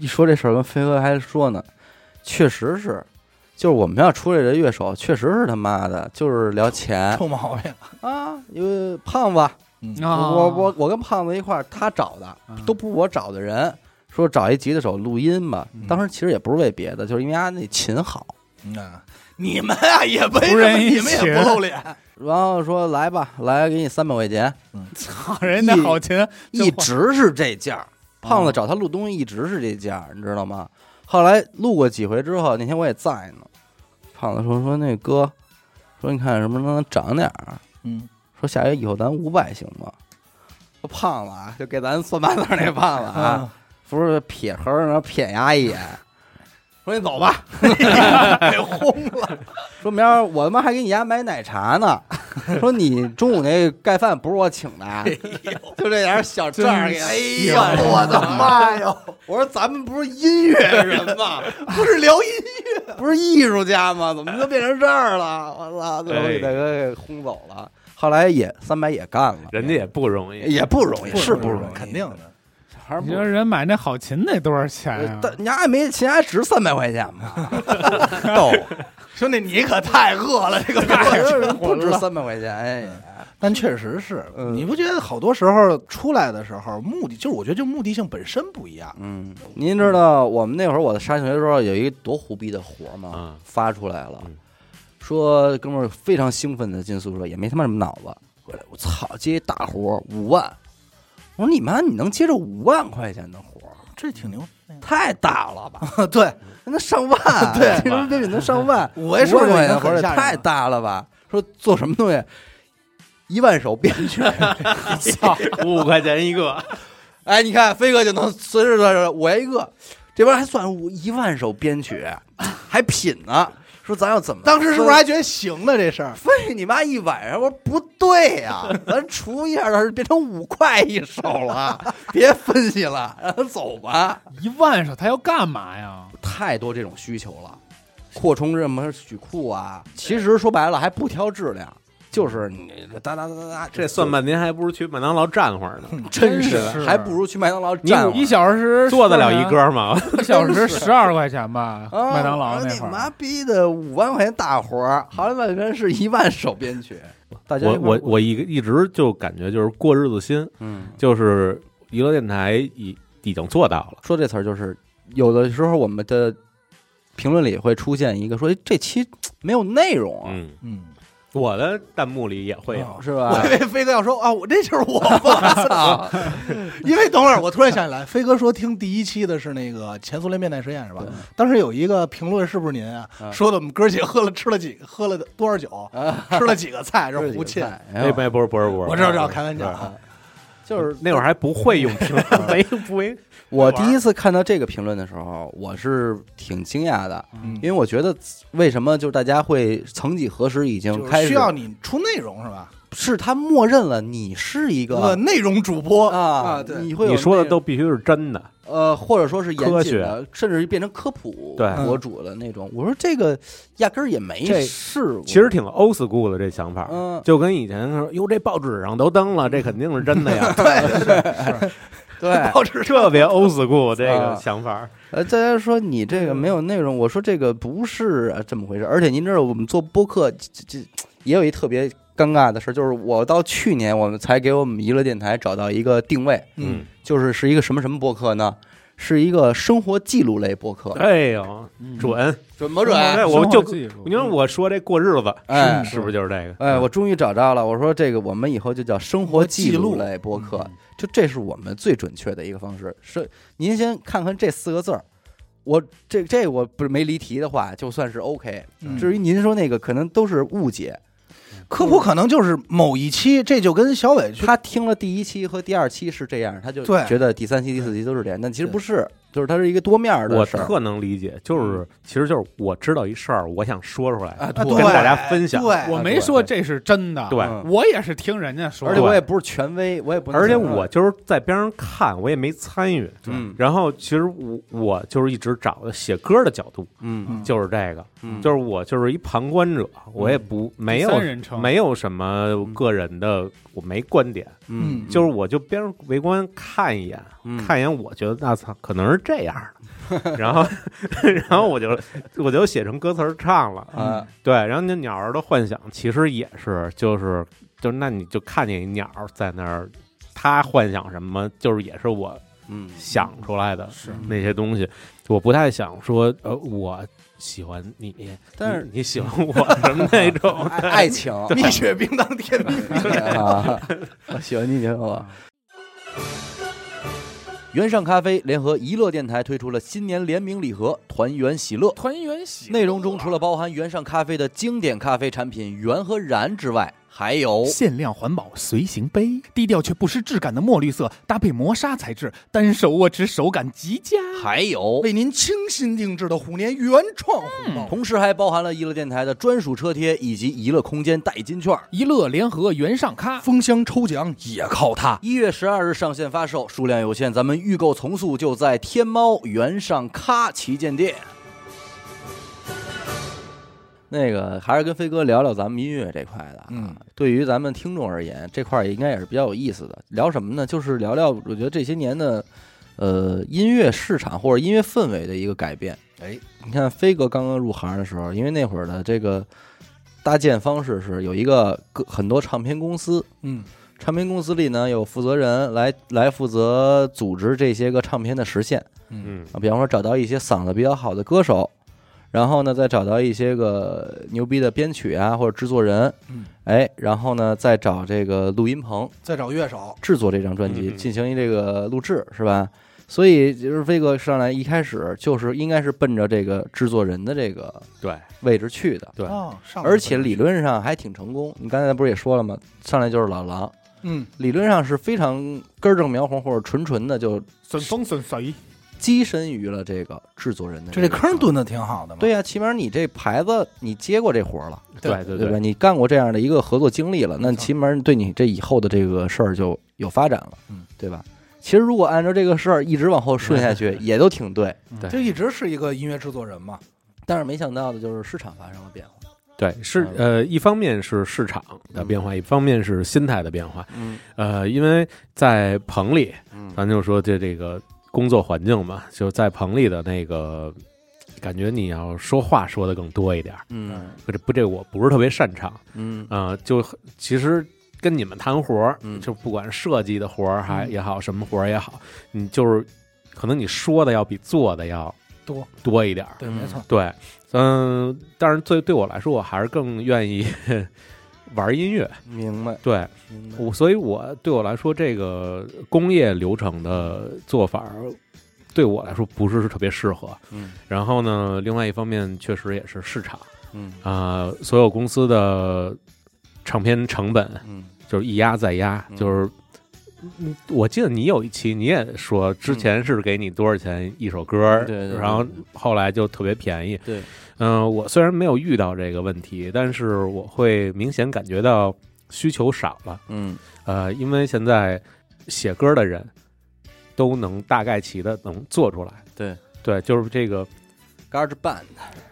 一说这事儿，跟飞哥还说呢，确实是，就是我们要出来的乐手，确实是他妈的，就是聊钱臭毛病，啊，因为胖子，啊，嗯我 (laughs) 我我跟胖子一块儿，他找的嗯都不是我找的人，说找一吉他手录音吧。嗯当时其实也不是为别的，就是因为他那琴好，嗯啊，你们啊也不不仁义你们也不露脸，然后说来吧，来给你三百块钱，操 (laughs) 人家好琴一直是这价儿。胖子找他录东西一直是这价儿，你知道吗？后来录过几回之后，那天我也在呢。胖子说说那哥，说你看什么时候能涨点儿？啊嗯，说下月以后咱五百行吗？说胖子啊，就给咱算盘子那胖子啊，啊，不是撇横，然后瞥牙一眼，说你走 (laughs) 吧，给轰了，说明儿我他妈还给你家买奶茶呢。说你中午那盖饭不是我请的啊，就这点儿小账儿给哎哎呦，呀，我的妈哟，我说咱们不是音乐人吗？不是聊音不是艺术家吗？怎么就变成这儿了？我操！最后哎给大哥给轰走了。后来也三百也干了，人家也不容易，也不容易，乐，是不容易，肯定的，还是不你容说易。人买那好琴得多少钱呃啊？但人家还没，人家值三百块钱嘛， (laughs) 逗，兄弟你可太饿了，这个不值三百块钱，哎， (laughs) 但确实 (laughs) 是，嗯你不觉得好多时候出来的时候，目的就是我觉得就目的性本身不一样。嗯，您知道我们那会儿我在上学的时候有一个多胡逼的活儿吗嗯？发出来了嗯，说哥们儿非常兴奋的进宿舍，也没他妈什么脑子，回来我操，接一大活儿五万，我说你妈你能接着五万块钱的活儿？这挺牛，太大了 (laughs) 吧？对，那上 (laughs) 万，对，这种品能上万我也说五万块这已经钱活儿很也吓人太了。大了吧？说做什么东西，一万手编 (laughs) 曲，五块钱一个， (laughs) 哎，你看飞哥就能随时说我一个，这边还算五一万首编曲，还品呢。说咱要怎么分？当时是不是还觉得行呢？这事儿费你妈一晚上？我说不对呀、咱除一下，让人变成五块一手了，别分析了，让他走吧。一万手他要干嘛呀？太多这种需求了，扩充什么曲库啊，其实说白了还不挑质量，就是你哒哒哒哒哒，这算半天还不如去麦当劳站会儿嗯呢，真是还不如去麦当劳你站会儿一小时啊做得了一哥吗？ (laughs) 一小时十二块 (laughs) 钱吧，啊哦麦当劳我说那你会妈儿。逼的五万块钱大活儿，好像万元是一万首编曲，大家我我我我一嗯一直就感觉就是过日子心，嗯，就是娱乐电台已已经做到了。说这词儿就是有的时候我们的评论里会出现一个说哎这期没有内容啊，嗯， (laughs) 嗯，我的弹幕里也会有，是我吧 (laughs) 以？为飞哥要说啊，我这就是我 (laughs) 吧，因为等会儿我突然想起来，飞哥说听第一期的是那个前苏联变态实验是吧对？当时有一个评论是不是您啊？嗯说的我们哥几个喝了吃了几喝了多少酒，啊，嗯 (laughs) 吃了几个菜，这是胡沁。哎，没不是不是不是，我知道知道，开玩笑啊，就是那会儿还不会用评论，没不会，我第一次看到这个评论的时候，我是挺惊讶的，嗯因为我觉得为什么就是大家会曾几何时已经就开始是需要你出内容是吧？是他默认了你是一个呃，内容主播啊啊，对，你会有你说的那都必须是真的，呃，或者说是科严谨的，甚至于变成科普对博主的那种。我说这个压根儿也没这试过，其实挺 old school 的这想法，嗯就跟以前说，哟，这报纸上都登了，这肯定是真的 (laughs) 呀，对，报纸特别 old school 这啊个想法，呃，大家说你这嗯个没有内容，我说这个不是啊这么回事儿。而且您知道，我们做播客这这这也有一特别尴尬的事儿，就是我到去年我们才给我们娱乐电台找到一个定位，嗯，就是是一个什么什么播客呢？是一个生活记录类播客，哎呦，嗯准，准不准？对，我就嗯生活技术你说我说这过日子，哎是不是就是这个？哎，我终于找着了。我说这个，我们以后就叫生活记录类播客，就这是我们最准确的一个方式。是您先看看这四个字儿，我这这我不是没离题的话，就算是 OK。嗯至于您说那个，可能都是误解。科普可能就是某一期，这就跟小伟去他听了第一期和第二期是这样，他就对觉得第三期、第四期都是这样，但其实对不是，就是它是一个多面儿的我事儿。特能理解，就是其实就是我知道一事儿，我想说出来，啊，啊对跟大家分享对，我没说这是真的，对。嗯我也是听人家说而的，且我也不是权威，我也不能啊而且怎么样我就是在边上看，我也没参与。嗯然后其实我我就是一直找的写歌的角度，嗯嗯就是这个，嗯，就是我就是一旁观者，我也不没有三人称没有什么个人的，我没观点，嗯，就是我就边上围观看一眼，嗯看一眼，我觉得那操可能是这样的， (laughs) 然后然后我就我就写成歌词儿唱了，啊对，然后那鸟儿的幻想其实也是，就是就是那你就看见一鸟儿在那儿，它幻想什么，就是也是我嗯想出来的是那些东西，我不太想说呃我喜欢你，但是，你你喜欢我什么那种 (laughs) 爱爱情。 (laughs) 蜜雪冰当甜蜜蜜，啊，我喜欢你，你喜欢我。原上咖啡联合娱乐电台推出了新年联名礼盒“团圆喜乐团圆”，喜内容中除了包含原上咖啡的经典咖啡产品“圆”和“燃”之外，还有限量环保随行杯，低调却不失质感的墨绿色，搭配磨砂材质，单手握持手感极佳。还有，为您倾心定制的虎年原创红包。同时还包含了娱乐电台的专属车贴以及娱乐空间代金券。一乐联合原上咖，封箱抽奖也靠它，一月十二日上线发售，数量有限，咱们预购从速就在天猫原上咖旗舰店。那个还是跟飞哥聊聊咱们音乐这块的啊。嗯对于咱们听众而言，这块儿应该也是比较有意思的。聊什么呢？就是聊聊我觉得这些年的呃音乐市场或者音乐氛围的一个改变。哎，你看飞哥刚刚入行的时候，因为那会儿的这个搭建方式是有一个个很多唱片公司，嗯，唱片公司里呢有负责人来来负责组织这些个唱片的实现嗯，啊，比方说找到一些嗓子比较好的歌手，然后呢再找到一些个牛逼的编曲啊或者制作人嗯，哎，然后呢再找这个录音棚再找乐手，制作这张专辑，嗯嗯进行一这个录制是吧？所以就是飞哥上来一开始就是应该是奔着这个制作人的这个对，位置去的，对啊，上而且理，论上还挺成功。你刚才不是也说了吗？上来就是老狼。嗯，理论上是非常根正苗红或者纯纯的就损风损水，跻身于了这个制作人的就这个坑层蹲的挺好的嘛。对呀、起码你这牌子你接过这活儿了，对对吧？，你干过这样的一个合作经历了，那起码对你这以后的这个事儿就有发展了，嗯，对吧？其实如果按照这个事儿一直往后顺下 (laughs) 去，也都挺对。就一直是一个音乐制作人嘛。但是没想到的就是市场发生了变化，对，是呃，一方面是市场的变化，一方面是心态的变化。嗯呃，因为在棚里，嗯咱就说这这个工作环境嘛，就在棚里的那个感觉，你要说话说的更多一点儿。嗯这不，这我不是特别擅长。嗯呃，就很其实跟你们谈活儿，嗯就不管设计的活儿还也好，什么活儿也好，你就是可能你说的要比做的要多多一点儿。对，嗯没错。对，嗯，但是对对我来说，我还是更愿意 (laughs) 玩音乐。明白，对明白。我，所以我对我来说，这个工业流程的做法儿，对我来说不是特别适合。嗯然后呢，另外一方面，确实也是市场嗯啊、所有公司的唱片成本嗯就是一压再压，嗯就是。嗯我记得你有一期你也说，之前是给你多少钱一首歌儿，嗯对对对然后后来就特别便宜。对，嗯、我虽然没有遇到这个问题，但是我会明显感觉到需求少了。嗯呃，因为现在写歌的人都能大概齐的能做出来。对对，就是这个， ，Garage Band，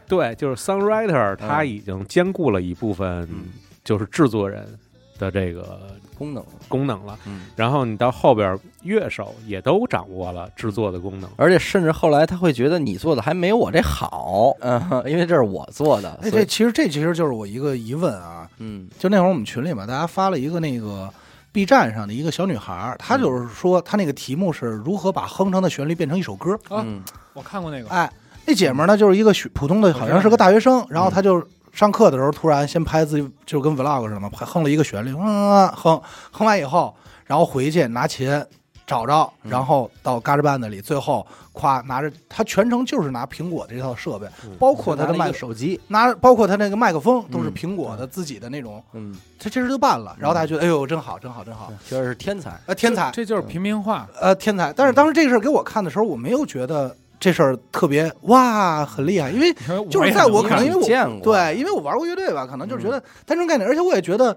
对，就是 songwriter 他嗯已经兼顾了一部分嗯就是制作人的这个功能，功能了。嗯，然后你到后边，乐手也都掌握了制作的功能。而且甚至后来他会觉得你做的还没有我这好，嗯，因为这是我做的，所哎，这以其实这其实就是我一个疑问啊，嗯就那会儿我们群里嘛，大家发了一个那个 B 站上的一个小女孩儿，她嗯就是说她那个题目是如何把哼唱的旋律变成一首歌。啊嗯我看过那啊个，哎，那姐们儿呢就是一个学普通的，好像是个大学生，然嗯后她就。上课的时候，突然先拍自己，就跟 vlog 似的嘛，拍哼了一个旋律，嗯嗯嗯哼哼完以后，然后回去拿琴找着，嗯然后到嘎吱 band 里，最后夸拿着，她全程就是拿苹果的这套设备，包括她嗯的拿了一麦个手机，拿包括他那个麦克风都是嗯苹果的自己的那种，嗯，他这事都办了，然后他还觉得哎呦真好真好真好，确实是天才，呃天才这就是平民化，呃天才。但是当时这个事儿给我看的时候，我没有觉得这事儿特别哇很厉害，因为因为就是也在我能可能因为你见我过嗯对，因为我玩过乐队吧，可能就是觉得单纯概念，而且我也觉得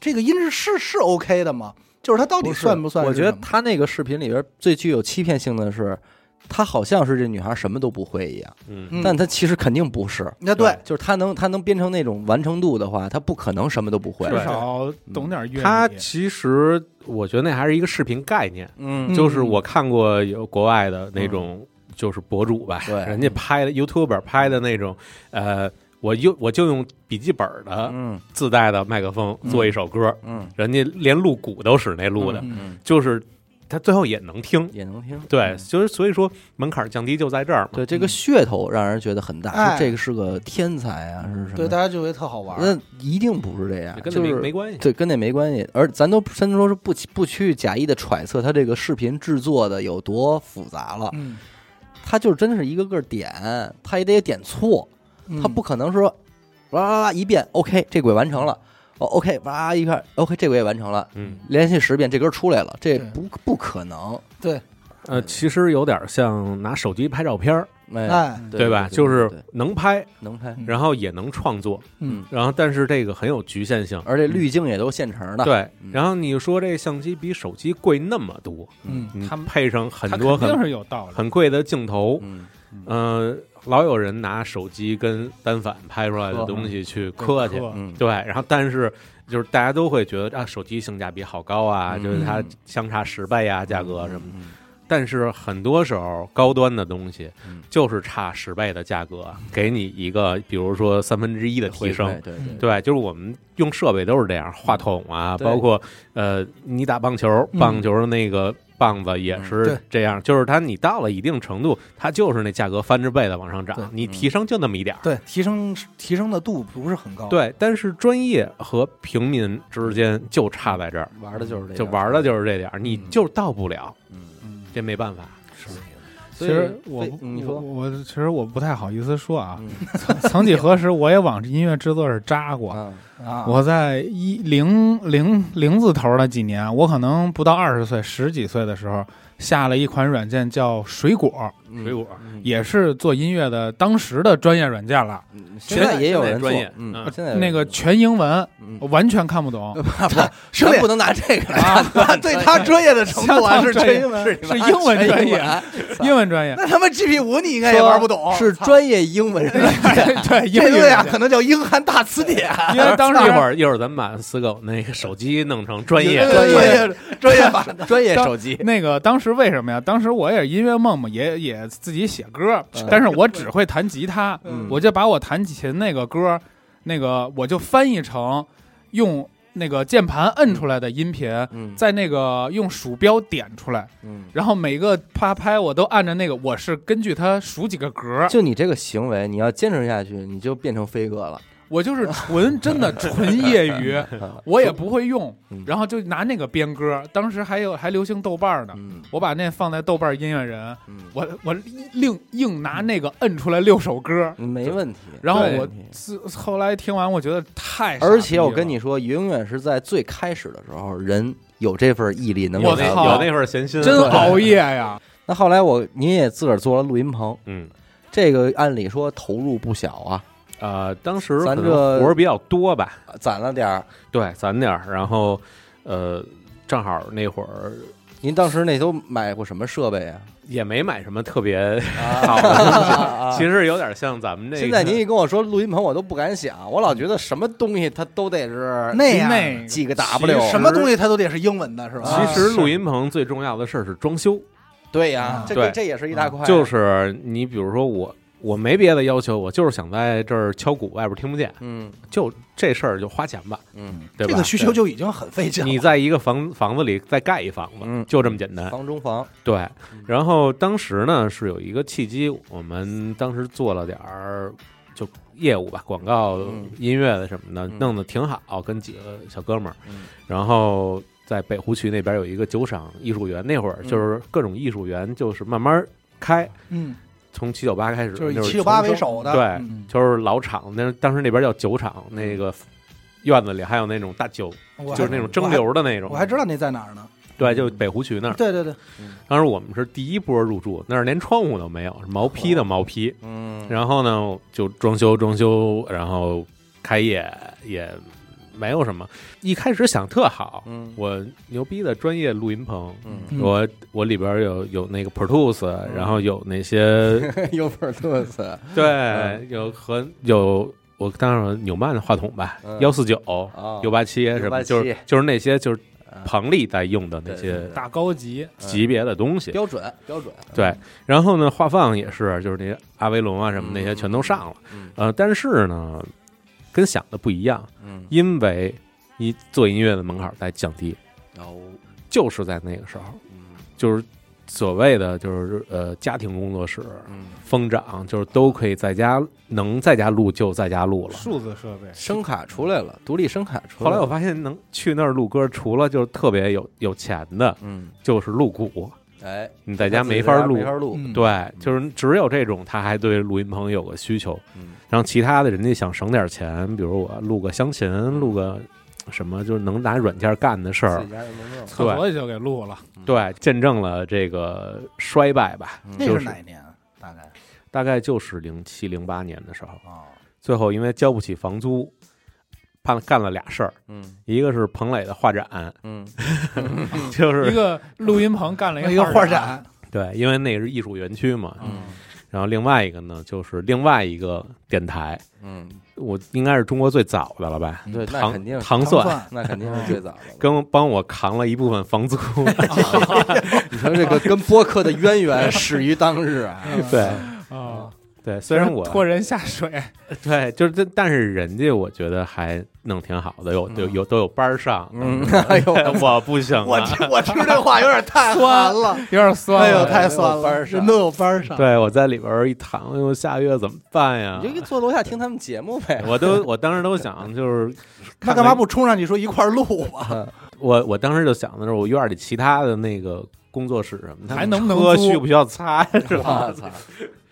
这个音质是是 OK 的嘛，就是它到底不是算不算是我什觉么？得他那个视频里边最具有欺骗性的是，他好像是这女孩什么都不会一样，嗯嗯但他其实肯定不是。那啊对就是他能他能编成那种完成度的话，他不可能什么都不会。对至少懂点乐理。它其实我觉得那还是一个视频概念，嗯就是我看过有国外的那种，就是博主吧，对人家拍的 YouTuber 拍的那种，呃，我用我就用笔记本的嗯自带的麦克风做一首歌，嗯，人家连录鼓都使那录的，嗯嗯就是他最后也能听。也能听。对，嗯就是所以说门槛降低就在这儿嘛。对这个噱头让人觉得很大，哎说这个是个天才啊，是嗯什对，么？大家就觉得特好玩。那一定不是这样，跟那就没是没关系。对，跟那没关系。而咱都甚至说是不不去假意的揣测他这个视频制作的有多复杂了，嗯，他就真是一个个点，他也得点错，嗯他不可能说哇啦啦啦一遍 OK 这轨完成了，哦 OK 哇一块 OK 这轨也完成了，嗯，连续十遍这歌出来了，这对不不可能，对，呃，其实有点像拿手机拍照片儿，哎，哎，对吧？对就对对是能拍，能拍，嗯然后也能创作，嗯然后但是这个很有局限性。而且滤镜也都现成的，，对嗯，然后你说这相机比手机贵那么多，嗯，你他们配上很它多肯定很是有道理。很贵的镜头，嗯，嗯，老有人拿手机跟单反拍出来的东西去磕去，呵嗯对，然后但是就是大家都会觉得啊，手机性价比好高啊，嗯就是它相差十倍啊，价格什么的。嗯但是很多时候高端的东西嗯就是差十倍的价格，给你一个比如说三分之一的提升嗯对。对嗯对，对，就是我们用设备都是这样，话筒啊，对包括呃，你打棒球，嗯棒球的那个棒子也嗯是对这样，就是它你到了一定程度，它就是那价格翻着倍的往上对嗯涨，你提升就那么一点儿。对，提升提升的度不是哦很高。，对，但是专业和平民之间就差在这儿，玩的就是这，就玩的，就是这点儿，你就到不了，嗯，嗯这没办法。其所以实我非嗯不你说，我我其实我不太好意思说啊。嗯 (laughs) 曾曾几何时，我也往音乐制作这扎过，啊，啊，我在一零零零字头的几年，我可能不到二十岁，十几岁的时候下了一款软件叫水果，嗯水果嗯也是做音乐的当时的专业软件了。嗯现在也有人做专业，嗯，嗯现在有人那个做全英文，嗯我完全看不懂，是咱不能拿这个来判他断对他专业的程度还是真英文，是是英文专啊业，英文专业。那他妈 GP 五你应该也玩不懂，是操专业英文人。哎对，英这语个呀，软件可能叫英汉大词典，因 (laughs) 为当时一会儿一会儿咱们把死狗那个手机弄成专业对专业业专业版的，专业手机，那个当时为什么呀？当时我也是音乐梦嘛，也也自己写歌嗯，但是我只会弹吉他，嗯我就把我弹琴那个歌，那个我就翻译成用那个键盘摁出来的音频，嗯在那个用鼠标点出来，嗯，然后每个啪拍我都按着那个，我是根据它数几个格，就你这个行为，你要坚持下去，你就变成飞哥了。我就是纯真的纯业余，啊我也不会用嗯，然后就拿那个编歌，当时还有还流行豆瓣儿呢。嗯我把那放在豆瓣音乐人，嗯我我硬硬拿那个摁出来六首歌，嗯没问题。然后没我问题自后来听完，我觉得太傻逼了，而且我跟你说，永远是在最开始的时候，人有这份毅力能够我有达那到。操有那份闲心，真熬夜呀，那后来我您也自个儿做了录音棚，嗯。这个按理说投入不小啊，呃，当时咱可能这活儿比较多吧，攒了点儿。对，攒点儿，然后呃，正好那会儿您当时那都买过什么设 (laughs) 备啊？也没买什么特别好啊的，啊 (laughs) 其实有点像咱们这个。现在您一跟我说录音棚，我都不敢想，我老觉得什么东西它都得是那样那几个其 W，啊什么东西它都得是英文的，是吧？其实录音棚最重要的事儿是装修，对呀、啊这对这这也是一大块，就是你比如说我，我没别的要求，我就是想在这儿敲鼓，外边听不见，嗯就这事儿就花钱吧，嗯，对吧？这个需求就已经很费劲了。你在一个房房子里再盖一房子，嗯就这么简单。房中房，对，嗯然后当时呢是有一个契机，我们当时做了点儿就业务吧，广告、嗯音乐的什么的，嗯弄得挺好，跟几个小哥们儿，嗯然后。在北湖区那边有一个酒厂艺术园，那会儿嗯就是各种艺术园，就是慢慢开，嗯，从七九八开始，就是以那七九八重为生首的，对嗯就是老厂，那当时那边叫酒厂，那个院子里还有那种大酒，我就是那种蒸馏的那种。我还知道那在哪儿呢。对，就北湖区那儿。对对对，当时我们是第一波入住，那儿连窗户都没有，是毛坯的毛坯。嗯，然后呢，就装修装修，然后开业也没有什么。一开始想特好，嗯我牛逼的专业录音棚，嗯， (laughs) 嗯我我里边有有那个 Pro Tools，然后有 (laughs) 那些有本特色，对嗯，有和有我当然有纽曼的话筒吧嗯，幺四九哦、幺八七什187么，就是就是那些就是嗯彭丽在用的那对对嗯些对大高级，级别的东西。标准标准，对，然后呢，画放也是，就是那些阿维龙啊什么那些嗯全都上了。嗯呃，但是呢，跟想的不一样，嗯，因为你做音乐的门槛在降低，然后就是在那个时候，哦嗯就是所谓的就是呃家庭工作室。嗯，疯长就是都可以在家，能在家录就在家录了。数字设备，声卡出来了，独立声卡出后来了，来我发现能去那儿录歌，除了就是特别有有钱的，嗯，就是录鼓，哎，你在家自己没法在录没。法录，嗯，对，就是只有这种，他还对录音棚有个需求。嗯然后其他的人家想省点钱，比如我录个湘琴，录个什么，就是能拿软件干的事嗯自儿己。家人没弄，厕所也就给录了，对，见证了这个衰败吧，那就是哪一年？啊大概大概就是零七零八年的时候，啊，最后因为交不起房租，怕干了俩事儿，嗯一个是彭磊的画展，嗯就是一个录音棚干了一个啊个画展，展，对，因为那是艺术园区嘛。嗯然后另外一个呢，就是另外一个电台，嗯，我应该是中国最早的了吧？对，那肯定糖是糖算蒜那肯定是最早的。 (laughs) 跟我帮我扛了一部分房租，你说这个跟播客的渊源 (laughs) 始于当日啊，嗯 (laughs) 对啊，对。嗯虽然我拖人下水，对，就是这但是人家我觉得还弄挺好的，有有有都有班儿上，嗯， (laughs) 哎呦， (laughs) 我不行我啊。听我听这话有点太酸寒了，有点酸哎了呦，太酸有班了，儿上人都有班儿上，对，我在里边儿一躺，哎呦，下月怎么办呀你？就坐楼下听他们节目呗。 (laughs) 我都我当时都想，就是那看看干嘛不冲上去说一块儿录啊吧？我我当时就想的是，我院儿里其他的那个工作室什么，他们还能不能车租需不需要擦呀？是吧？我操，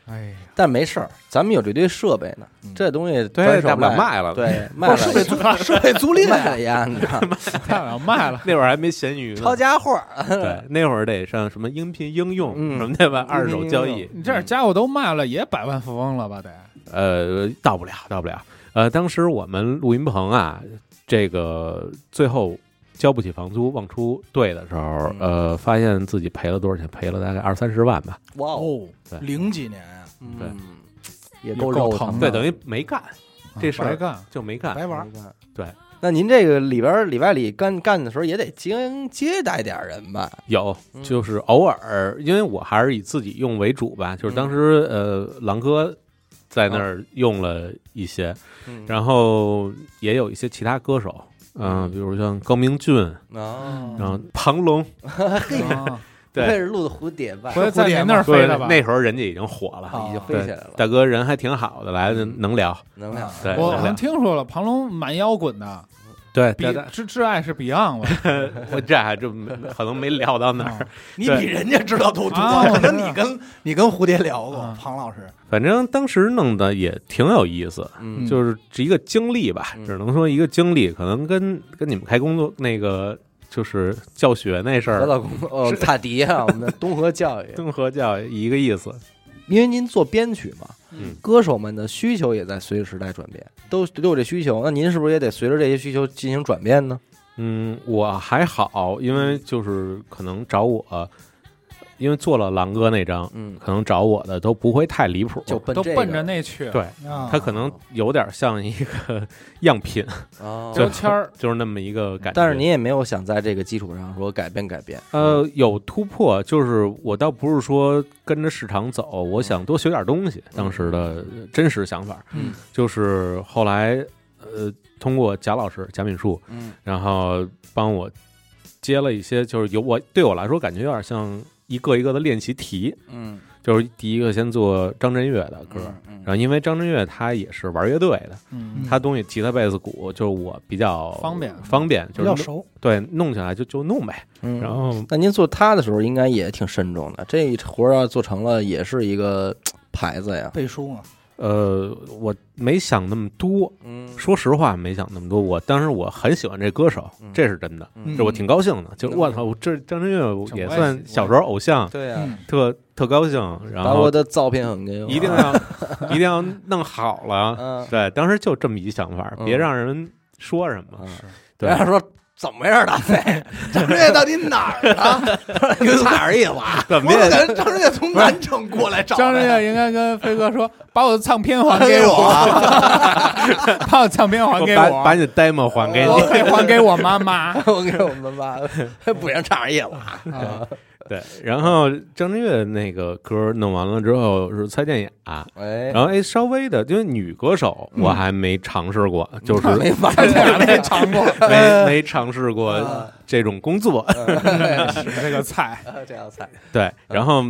哎呀，但没事儿，咱们有这堆设备呢，嗯这东西对转大手不了卖卖了对，卖了设备租 (laughs) 设备租赁卖了呀，你知道吗？太好卖了，那会儿还没闲鱼呢抄，家伙儿，对，那会儿得上什么音频应用嗯什么的吧，频二手交易应。你这点家伙都卖了，也百万富翁了吧？得，呃，到不了，到不了。呃，当时我们录音棚啊，这个最后交不起房租，忘出队的时候嗯，呃，发现自己赔了多少钱？赔了大概二三十万吧。哇哦，哦，零几年啊，对嗯，也也够够肉疼疼的对，的。等于没干这嗯事啊白儿，干，就没干。白玩儿。那您这个里边儿里外里干干的时候，也得经接待点儿人吧？有嗯，就是偶尔，因为我还是以自己用为主吧。就是当时呃，狼哥在那儿用了一些，嗯然后也有一些其他歌手，嗯、比如像高明俊，啊，然后庞龙，啊嗯对不愧是录的蝴蝶吧？ (laughs) 回来在您那儿飞对，了吧？那时候人家已经火了。啊已经飞对起来了，大哥人还挺好的，来嗯能聊，能量对，我能好像聊，听说了，庞龙蛮摇滚的，对，比对对挚挚爱是 Beyond 吧？我这还这没可能没聊到哪儿，啊你对比人家知道都多，啊可能你跟你跟蝴蝶聊过啊，庞老师， (laughs) 反正当时弄的也挺有意思，嗯就是一个经历吧，嗯只能说一个经历，可能跟跟你们开工作那个就是教学那事何儿，老公哦，塔迪啊，我们的东河教育，综合教育一个意思。因为您做编曲嘛，嗯歌手们的需求也在随着时代转变，都都有这需求，那您是不是也得随着这些需求进行转变呢？嗯，我还好，因为就是可能找我，因为做了狼哥那张，嗯，可能找我的都不会太离谱，就奔都这奔着个那去，对啊他可能有点像一个 (laughs) 样品，哦就标签儿， (laughs) 就是那么一个感觉。但是您也没有想在这个基础上说改变改变，呃，有突破，就是我倒不是说跟着市场走，我想多学点东西。当时的真实想法，嗯，就是后来呃，通过贾老师贾敏树，嗯然后帮我接了一些，就是有我对我来说感觉有点像一个一个的练习题，嗯，就是第一个先做张震岳的歌。嗯然后，因为张震岳他也是玩乐队的，嗯，他东西吉他、贝斯、鼓，就是我比较方便方便，比就较是熟，对弄起来就就弄呗。嗯然后那您做他的时候应该也挺慎重的，这一活儿要做成了也是一个嘖牌子呀。背书嘛，呃，我没想那么多，嗯说实话没想那么多。我当时我很喜欢这歌手嗯，这是真的，嗯这我挺高兴的。就嗯我操，我这张震岳也我也算喜小时候偶像，对呀、嗯特特高兴。然把我后的照片很给我，一定 (laughs) 要一定要弄好了。嗯，对，当时就这么一想法，嗯别让人说什么。是对人家说怎么样，大 (laughs) 飞，张震岳到底哪儿的？ (laughs) 差点意思啊。怎我么也感觉张震岳从南城过来找张震岳应该跟飞哥说，把我的唱片还给我，我，把我唱片还给把啊把我，你的 demo 还给我哦你。可以还给我妈妈。 (laughs) 我给我们妈，不行，差点意思啊。对，然后张震岳那个歌弄完了之后是蔡健雅，哎然，后哎稍微的，因为女歌手嗯我还没尝试过， (laughs) 就是没法这俩儿，没尝过哎没没尝试嗯过这种工作，这个菜，这样菜，对，然后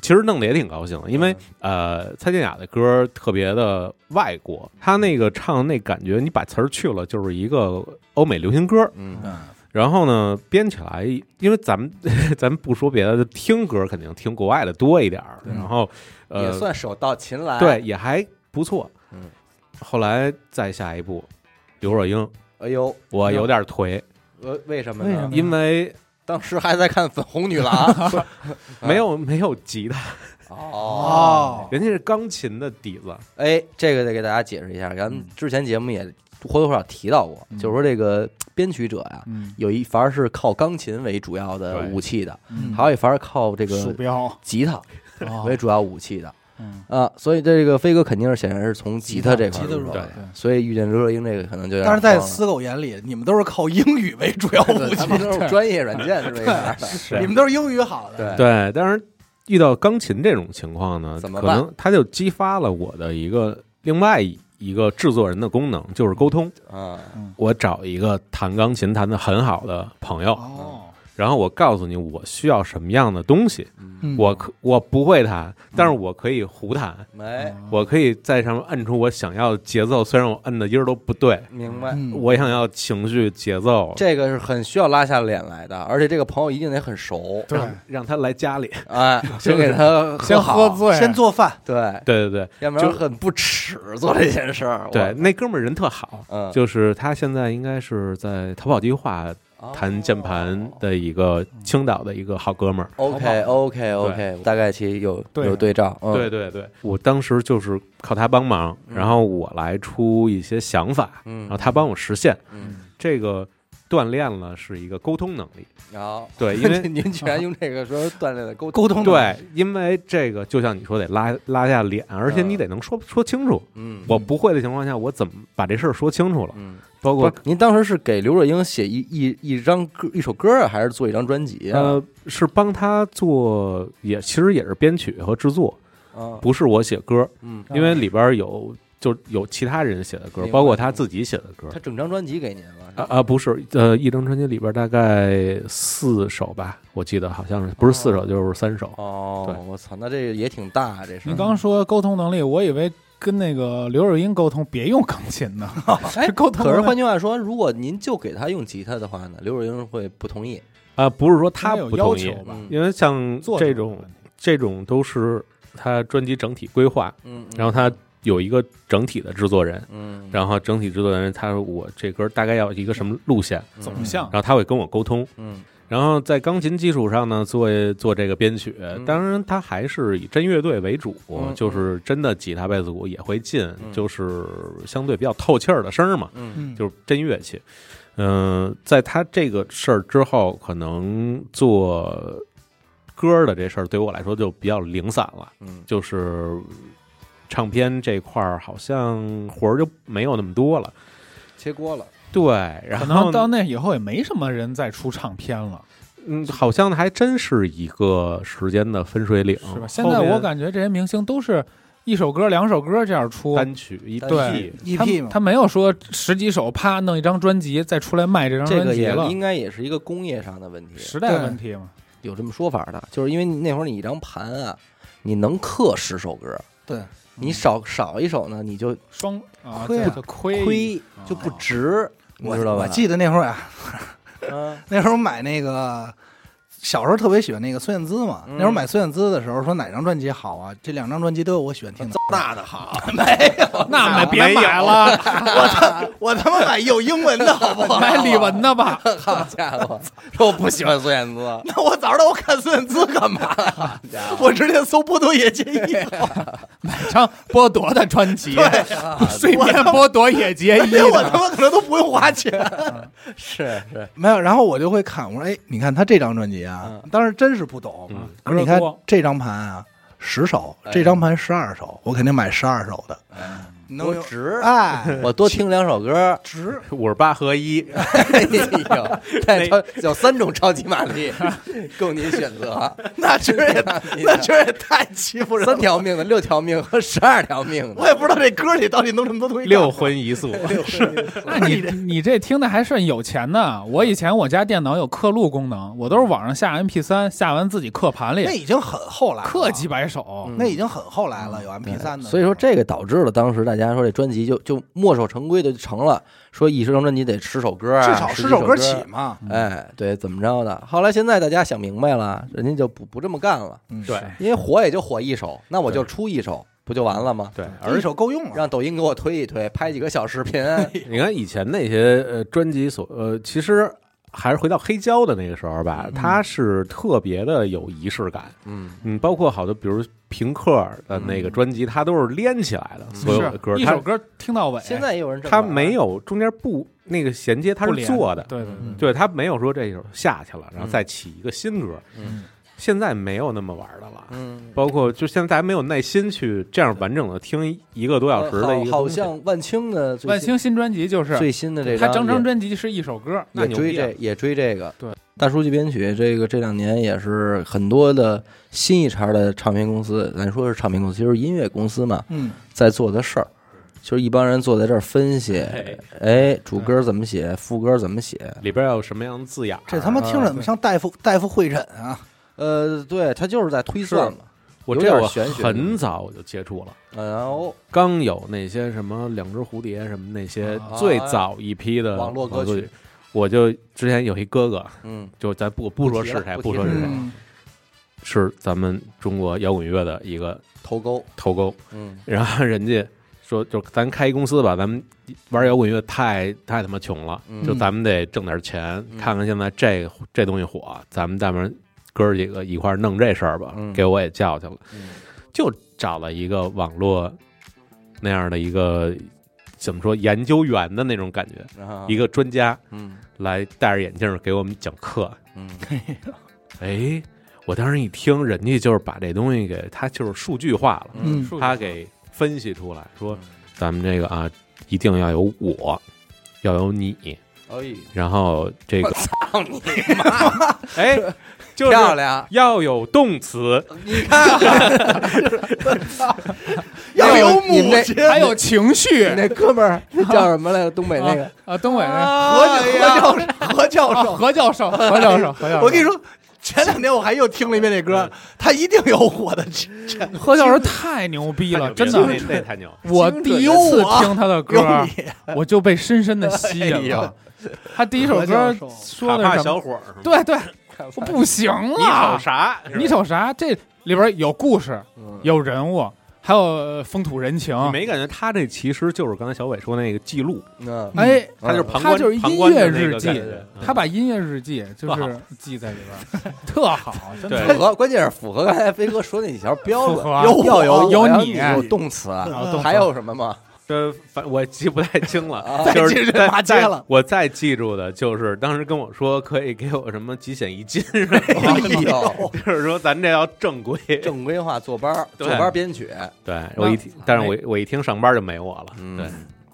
其实弄得也挺高兴的，因为嗯呃，蔡健雅的歌特别的外国，她那个唱那感觉，你把词儿去了，就是一个欧美流行歌，嗯然后呢编起来，因为咱们 (laughs) 咱们不说别的，就听歌肯定听国外的多一点儿，然后嗯也呃，算手到擒来。对，，也还不错，嗯，后来再下一步，刘若英，哎呦，我有点颓，呃，为什么为什呢么？因为当时还在看《粉红 (laughs) 女郎》嗯没有没有吉他，哦，哦，人家是钢琴的底子，哎，这个得给大家解释一下，咱们之前节目也或多或少提到过，就是说这个编曲者呀、嗯，有一伐是靠钢琴为主要的对武器的，嗯哦还有一伐是靠这鼠个标吉他啊为主要武器的。嗯啊，所以这个飞哥肯定是显然是从吉他这块吉他入手的对对所以遇见刘若英这个可能就有点但是在慌了死狗眼里，你们都是靠英语为主要武器咱，们都是专业软件是这样的，是你们都是英语好对的，对，但是遇到钢琴这种情况呢，怎么可办能它就激发了我的一个另外一个制作人的功能，就是沟通。啊，我找一个弹钢琴弹得很好的朋友，哦，然后我告诉你我需要什么样的东西，嗯我可我不会弹，但是我可以胡弹，没我可以在上面摁出我想要的节奏，虽然我摁的音儿都不对，明白。嗯我想要情绪节奏，这个是很需要拉下脸来的，而且这个朋友一定得很熟，对，让他来家里。 (laughs) 哎，先给他先喝好，喝醉，先做饭，对，对对对要不就然很不耻做这件事儿。对，那哥们儿人特好，我，嗯，就是他现在应该是在淘宝计划弹键盘的一个青岛的一个好哥们儿。哦 OK OK OK，大概其有对有对照，嗯对，对对，我当时就是靠他帮忙，嗯然后我来出一些想法，嗯然后他帮我实现。嗯，这个锻炼了是一个沟通能力，好， (laughs) 对，因为您居然用这个说锻炼的沟沟，通的，对，因为这个就像你说得拉拉下脸，而且你得能说说清楚。嗯，我不会的情况下，我怎么把这事儿说清楚了？嗯，包不括是，您当时是给刘若英写一一一张歌一首歌啊，还是做一张专辑啊？呃，是帮他做，也其实也是编曲和制作，嗯不是我写歌，嗯，因为里边有就有其他人写的歌明，白包括他自己写的歌。他整张专辑给您了是啊吧，啊，不是，呃，一张专辑里边大概四首吧，我记得好像是，不是四首就是三首。哦，对我操，那这个也挺大啊这事儿。您刚说沟通能力，我以为跟那个刘若英沟通别用钢琴呢，哎这沟通可是能换力句话说，如果您就给他用吉他的话呢，刘若英会不同意。啊，不是说他他有不要同意求，吧？嗯因为像做这种这种都是他专辑整体规划，嗯，然后他有一个整体的制作人，嗯，然后整体制作人他说我这歌大概要一个什么路线，后走向然，后他会跟我沟通，嗯，然后在钢琴基础上呢做做这个编曲，当然他还是以真乐队为主，嗯就是真的吉他贝斯鼓也会进，嗯就是相对比较透气儿的声儿嘛，嗯嗯，就是真乐器。嗯、在他这个事儿之后，可能做歌儿的这事儿对我来说就比较零散了，嗯就是唱片这块儿好像活儿就没有那么多了。切锅了。对，然可后能到那以后也没什么人再出唱片了，嗯，好像还真是一个时间的分水岭，是吧？现在我感觉这些明星都是一首歌、两首歌这样出觉，单曲一单对曲，他 EP，E 嘛，他没有说十几首啪弄一张专辑再出来卖这张这专个辑也了，应该也是一个工业上的问题，时代问题嘛。有这么说法的，就是因为你那会儿你一张盘啊，你能刻十首歌，对，你少少一首呢，你就双啊，亏啊这个亏亏就不值，你我知道吧？哦我记得那会儿啊， (laughs) 嗯那时候买那个，小时候特别喜欢那个孙燕姿嘛。嗯那时候买孙燕姿的时候，说哪张专辑好啊？这两张专辑都有我喜欢听的。 (laughs) 大的好，那买别买了， (laughs) 我他妈买有英文的好不好？ (laughs) 买李玟的 (laughs) 吧。好家伙，说我不喜欢孙燕姿，那我早知道我看孙燕姿干嘛呀？ (laughs) 我直接搜波多野结衣。 (laughs) 张剥夺的专辑， (laughs) 睡眠剥夺也结衣因为我的，他妈可能都不用花钱，是是，没有。然后我就会看，我说，哎，你看他这张专辑啊，当时真是不懂。嗯可是你看歌多这张盘啊，十首，哎这张盘十二首，我肯定买十二首的，能多有 (laughs) 值。哎，我多听两首歌，值。五十八合 (laughs) 一，哎呦， (laughs) 但超有三种超级玛丽供您选 (laughs) 择，啊那确 (laughs) 实也，那确实也太欺负人了三。条命的、六条命和十二条命的我。也不知道这歌里到底弄这么多东西干嘛。六荤 (laughs) 一素， (laughs) 那你你这听的还算有钱呢。我以前我家电脑有刻录功能，我都是网上下 MP 3下完自己刻盘那里，已经很后来了，啊刻几百首。那已经很后来了，有 MP 三的。所以说，这个导致了当时大家说这专辑就就墨守成规的就成了，说一张专辑得十首歌啊，至少十十几首首歌起。嗯嘛。哎，对，怎么着的？后来现在大家想明白了，人家就不不这么干了，嗯对因为火也就火一首，那我就出一首，不就完了吗？对，一而且首够用了。让抖音给我推一推，拍几个小视频。啊你看以前那些呃专辑所呃，其实还是回到黑胶的那个时候吧，它是特别的有仪式感，嗯，嗯，包括好多比如平克的那个专辑，它都是连起来的，所有的是歌，一它首歌听到尾，现在也有人这么它玩哎没有中间不那个衔接，它不是连做的，对对嗯对，对他没有说这首下去了，然后嗯再起一个新歌。嗯，现在没有那么玩的了。嗯，包括就现在大家没有耐心去这样完整的听一个多小时的一呃好个好东西像万青的最万新青新专辑就是最新的这他整张也张专辑是一首歌，那也牛追逼啊这也追这个。对，大数据编曲这个这两年也是很多的新一茬的唱片公司，咱说是唱片公司，就是音乐公司嘛，嗯，在做的事儿。就是一帮人坐在这儿分析，哎哎，主歌怎么写，副歌怎么写，里边要有什么样的字眼儿？啊这他妈听着怎么像大夫大夫会诊啊？呃，对他就是在推算嘛，我有这点我玄学很早我就接触了，然后刚有那些什么两只蝴蝶什么那些啊最早一批的网络歌曲曲，我就之前有一哥哥，嗯，就咱不不说是谁，不不提了说不是提了谁，嗯，是咱们中国摇滚乐的一个头钩，头钩。嗯， (laughs) 然后人家说，就咱开一公司吧，咱们玩摇滚乐太太他妈穷了，嗯就咱们得挣点钱，嗯看看现在这个这东西火，咱们咱们哥儿几个一块儿弄这事儿吧。嗯给我也叫去了，嗯就找了一个网络那样的一个怎么说研究员的那种感觉，然后一个专家嗯来戴着眼镜儿给我们讲课，嗯哎，我当时一听，人家就是把这东西给他就是数据化了，嗯数据他给分析出来，说嗯咱们这个啊，一定要有我，要有你，哎，然后这 (laughs) 个操哦你 (laughs) 哎，就是漂亮，要有动词，你看看，要有你母们亲，还有情绪那哥们儿那叫什么来着？东北那个啊，东北那何何教何教啊授，何教授，何教授，何教授， (laughs) 我跟你说，前两天我还又听了一遍这歌，他一定有我的这这何教授太牛逼了，真那的。那太牛了，我第一次听他的歌啊有，你，哎我就被深深的吸引了。他第一首歌何教授说的是卡帕什么？小伙儿，，对对，我不行你瞅了，啥？你瞅啥？这里边有故事，嗯有人物，还有呃风土人情。你没感觉他这其实就是刚才小伟说那个记录，嗯哎，他就是旁他观，就是旁音观乐的那日个记感觉，嗯他把音乐日记就是记在里边，特好，真对哎符的。合，关键是符合刚才飞哥说那几条标符准，合有要我有有要你哎有动词，有动词还有什么吗？这反我记不太清了啊，就是再在骂街在了我再记住的就是当时跟我说可以给我什么几险一 (laughs) 金什么的， (laughs) 哎呦， (laughs) 就是说咱这要正规。正规化坐班儿，对坐班儿编曲，对我一听，但是我我一听上班就没我了。嗯对，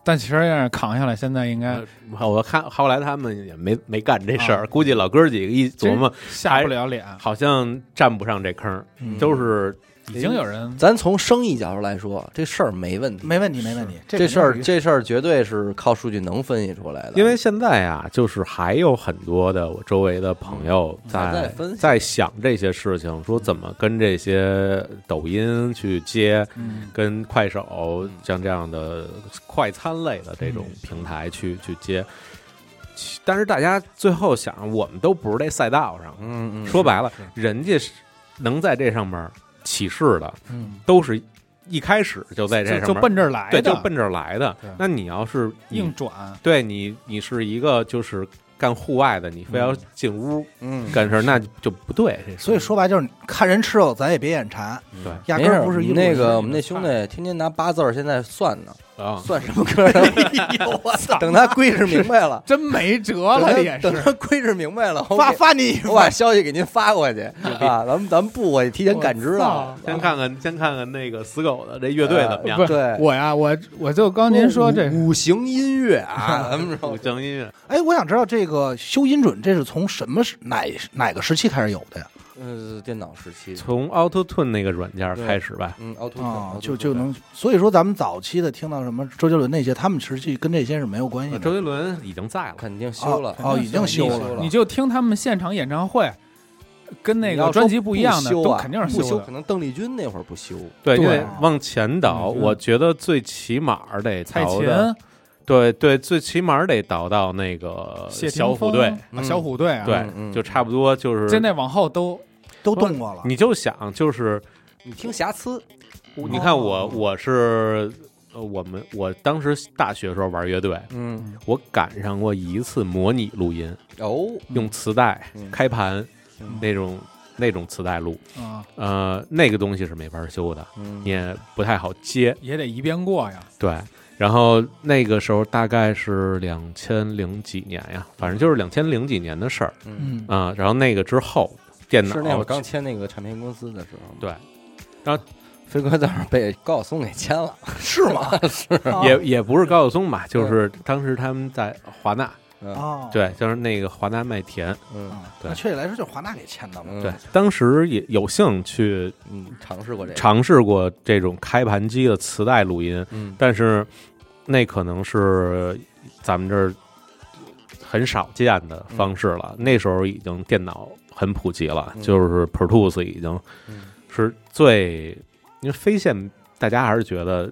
但其实要是扛下来，现在应该嗯呃我看后来他们也没没干这事儿，估计老哥几个一琢磨，下不了脸。好像占不上这坑，嗯都是已哎经有人咱从生意角度来说，这事儿没问题。 (laughs) 没问题，没问 (laughs) 题，这事肯儿，定这事儿绝对是靠数据能分析出来的。因为现在啊，就是还有很多的我周围的朋友嗯还在在分析在想这些事情，说怎么跟这些抖音去接，跟快手嗯像这样的快餐类的这种平台去去接。其但是大家最后想，我们都不是这赛道上，嗯，嗯说白了，人家是能在这上面起势的，嗯都是一开始就在这就上面，就奔这儿来对，的，就奔这儿来的对。那你要是嗯你硬转。对你，你是一个就是干户外的，你非要进屋嗯，干事儿，那就不对。这所以是说白就是看人吃肉，咱也别眼馋，对压没根事儿儿，不是一路那人个我们那兄弟天天拿八字儿现在算 (laughs) 呢，啊，算什么歌儿？我操， (laughs) 等他归置明白了，真没辙等了，他也等 (laughs) 是他归置明白了，我发给发你一份我把消息给您发过去啊，咱们咱们部我也提前感知到，先看看，先看看那个死狗的这乐队怎么样不。是对，我呀，我我就刚您说这五五行音乐啊，咱们 (laughs) 说五行音乐，哎，我想知道这个修音准这是从什么时哪哪个时期开始有的呀？呃电脑时期，从 Auto Tune 那个软件开始吧。嗯，凹凸啊、镜就就能，所以说咱们早期的听到什么周杰伦那些，他们实际跟这些是没有关系啊周的。杰伦已经在了，肯定修了，哦，已经修肯定修了了你就听他们现场演唱会，跟那你个要专说辑不一样的，修都啊肯定是不修，的可。能邓丽君那会儿不修，对，因为对往前倒，嗯我觉得最起码儿得蔡倒琴、的，对对，最起码儿得倒到那个谢霆小虎锋队，啊嗯小虎队啊，对嗯，嗯就差不多就是现在往后都都动过了。你就想，就是你听瑕疵，你看我，我是呃，我们我当时大学时候玩乐队，嗯，我赶上过一次模拟录音，哦，用磁带嗯开盘嗯那种那种磁带录，啊呃，那个东西是没法修的，嗯你也不太好接，也得一遍过呀。对。然后那个时候大概是两千零几年呀，反正就是两千零几年的事儿嗯，嗯，啊、然后那个之后，电脑是那会儿刚签那个唱片公司的时候吗？对，飞哥在那儿被高晓松给签了，是吗？也也不是高晓松吧，就是当时他们在华纳，嗯哦，对，就是那个华纳麦田，嗯啊，对那确切来说就是华纳给签的嘛。嗯对，当时也有幸去嗯，尝试过这个，尝试过这种开盘机的磁带录音，嗯但是那可能是咱们这儿很少见的嗯方式了。那时候已经电脑很普及了，嗯就是 Pro Tools 已经嗯是最，因为飞线大家还是觉得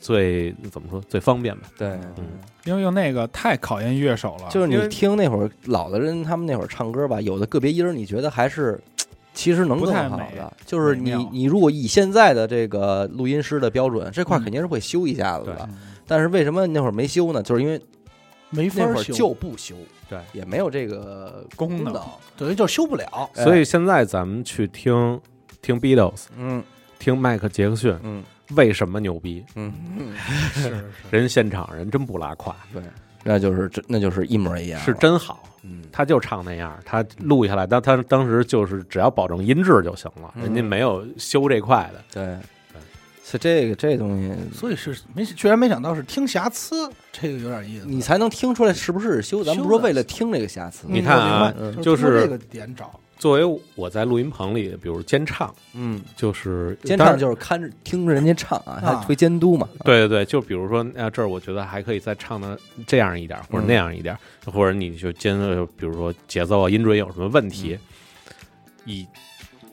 最怎么说最方便吧。对，嗯因为用那个太考验乐手了。就是因为你听那会儿老的人他们那会儿唱歌吧，有的个别音儿，你觉得还是其实能不更太好美的。就是美你妙你如果以现在的这个录音师的标准，这块儿嗯肯定是会修一下子的。嗯但是为什么那会儿没修呢？就是因为没法那会儿修，就不修，对也没有这个功能能。等于就是修不了。哎所以现在咱们去听听 Beatles，嗯听迈克杰克逊，嗯为什么牛逼？嗯，嗯是人现场人真不拉胯，那就是真那就是一模一样了，是真好。嗯。他就唱那样，他录下来，当他当时就是只要保证音质就行了，嗯人家没有修这块的。对对，是这个这东西，所以是没，居然没想到是听瑕疵，这个有点意思。你才能听出来是不是修。咱们不是修的为了听这个瑕疵，你看啊嗯我明白就通过是这个点找，作为我在录音棚里，比如监唱，嗯，就是监当唱然就是看着听着人家唱啊，啊他会监督嘛。对对对，就比如说啊，这儿我觉得还可以再唱的这样一点，或者嗯那样一点，或者你就监，呃比如说节奏啊、音准有什么问嗯题，以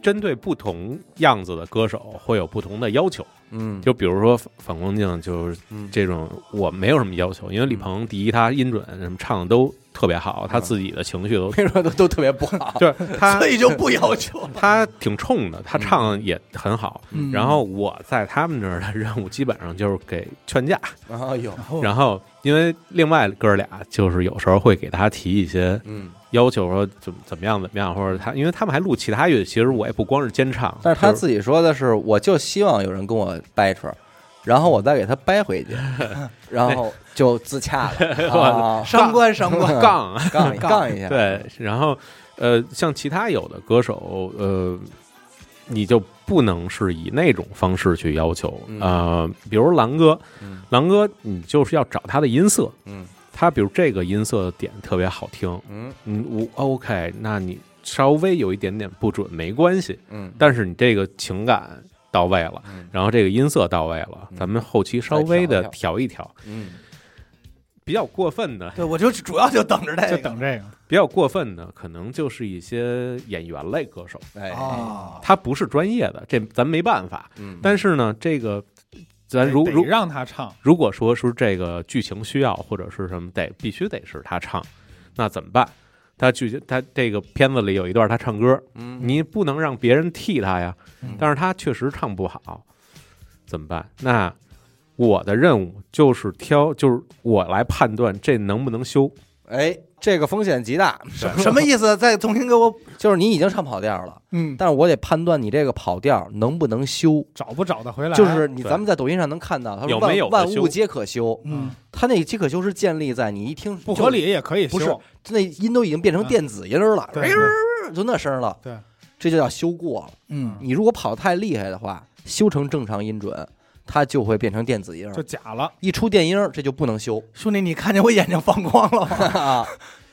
针对不同样子的歌手会有不同的要求。 (laughs) 嗯，就比如说反光镜，就是嗯这种我没有什么要求，因为嗯李鹏第一他音准什么唱的都特别好，他自己的情 (laughs) 绪都为什么都都特别不好？就是他所以 (laughs) 就不要求了。他挺冲的，他唱也很好。嗯然后我在他们那儿的 (laughs) 任务基本上就是给劝架，哎呦，然后然后因为另外哥俩就是有时候会给他提一些嗯，要求，说怎么怎么样怎么样，或者他因为他们还录其他乐，器，其实我也不光是监唱，但是他就自己说的是，我就希望有人跟我掰扯，然后我再给他掰回 (laughs) 去，然后就自洽了，啊伤官伤官，杠啊， (laughs) 杠一杠一下，对，然后呃，像其他有的歌手，呃，你就不能是以那种方式去要求嗯呃，比如狼哥嗯，狼哥，你就是要找他的音色，嗯他比如这个音色点特别好听，嗯嗯，我 OK，那你稍微有一点点不准没关系，嗯，但是你这个情感到位了嗯，然后这个音色到位了，嗯咱们后期稍再微调的一调调一调，嗯比较过分的对我就主要就等着这就个，等这个，比较过分的，可能就是一些演员类歌手，哎，啊。他不是专业的，这咱没办法。嗯，但是呢，这个咱如得如让他唱，如果说是这个剧情需要或者是什么，得必须得是他唱，那怎么办？他剧他这个片子里有一段他唱歌，嗯你不能让别人替他呀嗯。但是他确实唱不好，怎么办？那我的任务就是挑，就是我来判断这能不能修。哎，这个风险极大，什么意思？再重新给我， (laughs) 就是你已经唱跑调了。嗯，但是我得判断你这个跑调能不能修，找不找得回来？啊就是你对咱们在抖音上能看到，他说有万没有万的修物皆可修，嗯，他那个皆可修是建立在你一听不合，理也可以不是修，嗯就那音都已经变成电子音儿了，哎对就那声儿了，对，这就叫修过了。嗯，你如果跑太厉害的话，修成正常音准，它就会变成电子音儿就，假了。一出电音儿这就不 (laughs) 能修嗯兄弟，你看见我眼睛放光了吗？啊。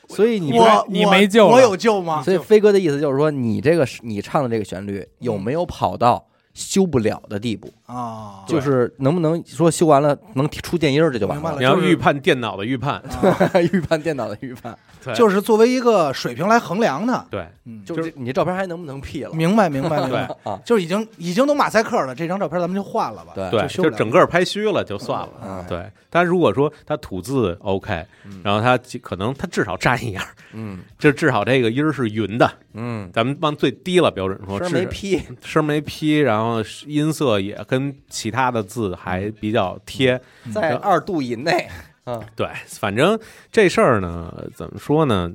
所以你我我你没救了我有救吗？所以飞哥的意思就是说，你这个你唱的这个旋律有嗯没有跑到修不了的地步？啊，就对是能不能说修完了能出电音儿，这呃就完明白了你要就是预判电脑的预判， (laughs) 预判电脑的预判，对就是作为一个水平来衡量的，对。嗯，就是你这照片还能不能 P 了？明白明白明白对，啊，就已经已经都马赛克了，这张照片咱们就换了吧。对对，哎就就修不了整个拍虚了就算了。嗯对，但如果说他吐字 OK，、嗯然后他几可能他至少占一样，嗯 (laughs) 就至少这个音儿是匀的。嗯，咱们往最低了标准说，声儿至没 P，声儿没劈，然后音色也跟其他的字还嗯比较贴。在二度以 (laughs) 内，嗯对，反正这事儿呢，怎么说呢？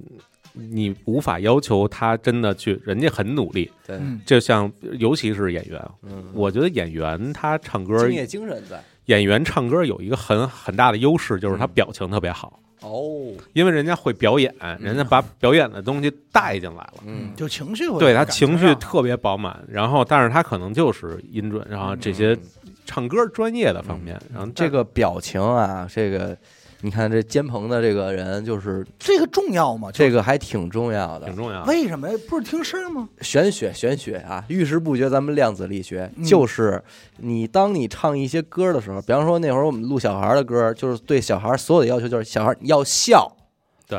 你无法要求他真的去，人家很努力。对，嗯，就像尤其是演员，嗯，我觉得演员他唱歌敬业精神在演员唱歌有一个很很大的优势，就是他表情特别好，哦，因为人家会表演，人家把表演的东西带进来了，嗯就情绪会对他感情觉绪上特别饱满。然后，但是他可能就是音准，然后这些唱歌专业的方面，然后这个表情啊，这个你看这监棚的这个人，就是这个重要吗？就这个还挺重要的挺，重要。为什么呀？不是听声儿吗？玄学玄学啊，遇事不决，咱们量子力学、嗯就是你当你唱一些歌的时候，比方说那会儿我们录小孩的歌，就是对小孩所有的要求就是小孩你要笑，对，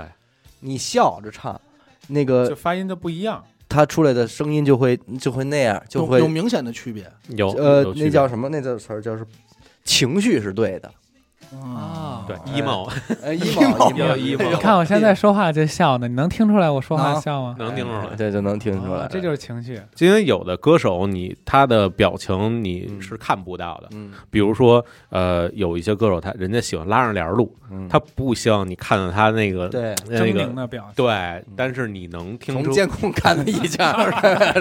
你笑着唱，那就呃个发音就不一样。他出来的声音就会就会那样，就有会有明显的区别有呃有区那别叫什么？那叫词儿叫是情绪是对的，嗯啊对哎 emo，呃 emo 要 emo emo 你看我现在说话这笑呢，你能听出来我说话能笑吗？嗯能听出来。对，就能听出来啊，这就是情绪。因为有的歌手你他的表情你嗯是看不到的，嗯比如说呃有一些歌手他人家喜欢拉上帘儿录，嗯，他不希望你看到他那个对那狰狞个的表情，对，但是你能嗯听从出，监控看了一下，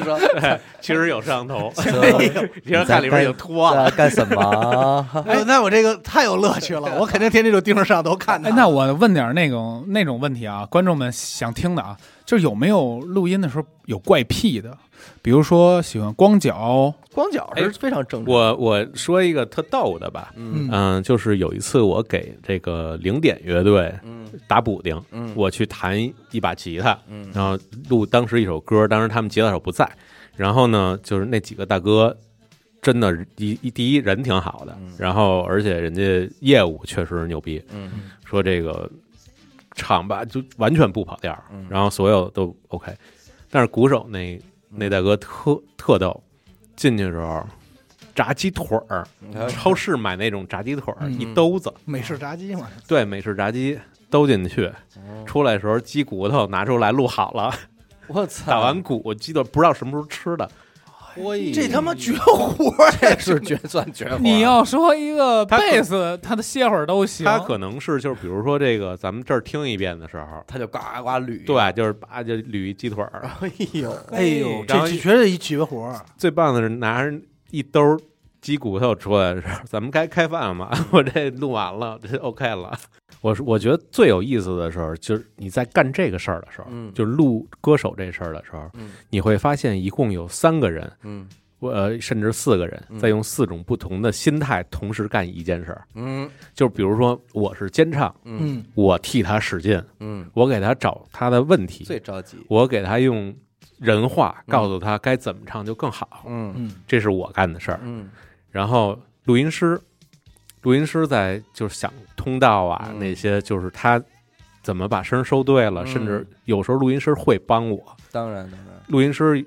说其实有摄像 (laughs) 头，其实你在看里边已经脱了。在干什么？哎呦，那我这个太有乐趣了，我肯定天天就盯着摄像头看哎，的。那我问点那种那种问题啊，观众们想听的啊，就是有没有录音的时候有怪癖的，比如说喜欢光脚，光脚是非常正常。我我说一个特逗的吧，嗯嗯，就是有一次我给这个零点乐队嗯打补丁，嗯我去弹一把吉他，嗯然后录当时一首歌，当时他们吉他手不在，然后呢，就是那几个大哥真的一一第一人挺好的嗯，然后而且人家业务确实牛逼，嗯说这个唱吧就完全不跑调儿嗯，然后所有都 OK，但是鼓手那那大哥特特逗，进去的时候炸鸡腿儿，嗯超市买那种炸鸡腿儿嗯一兜子，美式炸鸡嘛，对，美式炸鸡兜进去，哦出来的时候鸡骨头拿出来录好 (laughs) 了，我操，打完鼓鸡腿不知道什么时候吃的，这他妈绝活儿呀！哎这是绝算绝活儿。你要说一个他可贝斯，他的歇会儿都行。他可能是就是比如说这个咱们这儿听一遍的时候，他就呱呱捋，，对，就是叭就捋一鸡腿儿，哎呦， (laughs) 哎呦，然后这这绝对一绝活儿。最棒的是拿着一兜。鸡骨头出来的时候， (laughs) 咱们该开饭了吧？ (laughs) 我这录完了，这 OK 了。我是我觉得最有意思的时候，就是你在干这个事儿的时候，嗯就是录歌手这事儿的时候，嗯你会发现一共有三个人嗯我呃，甚至四个人嗯在用四种不同的心态同时干一件事儿，嗯就比如说我是监唱，嗯嗯，我替他使劲，嗯，我给他找他的问题，最着急，我给他用人话告诉他该怎么唱就更好，嗯嗯，这是我干的事儿。嗯然后录音师，录音师在就是想通道啊嗯那些，就是他怎么把声收对了，嗯甚至有时候录音师会帮我，当然当然，录音师，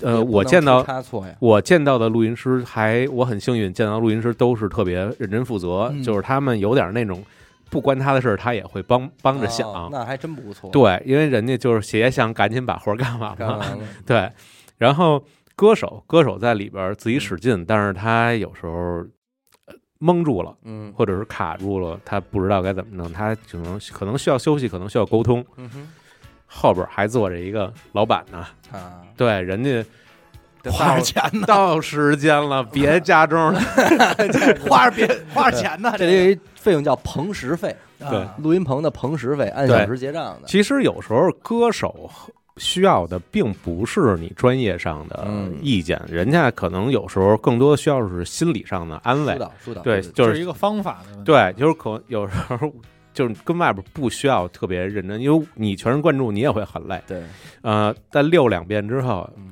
呃，也不我能见出到差错呀，我见到的录音师还，我很幸运见到录音师都是特别认真负责，嗯就是他们有点那种不关他的事儿，他也会帮帮着想。啊哦那还真不错，对，因为人家就是也想赶紧把活儿干完干嘛。完 (laughs) 了，对，然后歌手歌手在里边儿自己使劲，但是他有时候呃蒙住了，嗯或者是卡住了，他不知道该怎么弄，他只能可能需要休息，可能需要沟通。嗯哼后边儿还坐着一个老板呢，啊，对，人家这花大伙着钱呢，到时间了，别加钟了。花着别 (laughs) 花着钱呢，这里有一费用叫棚时费，对啊录音棚的棚时费按小时结账的，其实有时候歌手需要的并不是你专业上的嗯意见，人家可能有时候更多需要是心理上的安慰疏。导疏导，对，对就一是个方法的问题。对，就是可有时候就是跟外边不需要特别认真，因为你全神贯注，你也会很累。对，呃，但溜两遍之后，嗯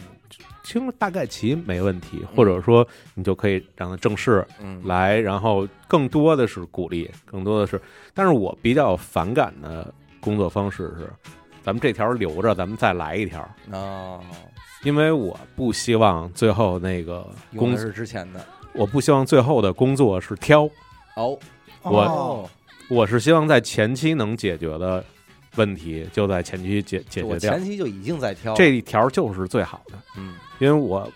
听了大概其没问题，或者说你就可以让他正式嗯，来，然后更多的是鼓励，更多的是，但是我比较反感的工作方式是，咱们这条留着，咱们再来一条，哦，因为我不希望最后那个用工的，是之前的，我不希望最后的工作是挑，哦我哦，我是希望在前期能解决的问题就在前期解解我决掉前，期就已经在挑了，这一条就是最好的，嗯因为我。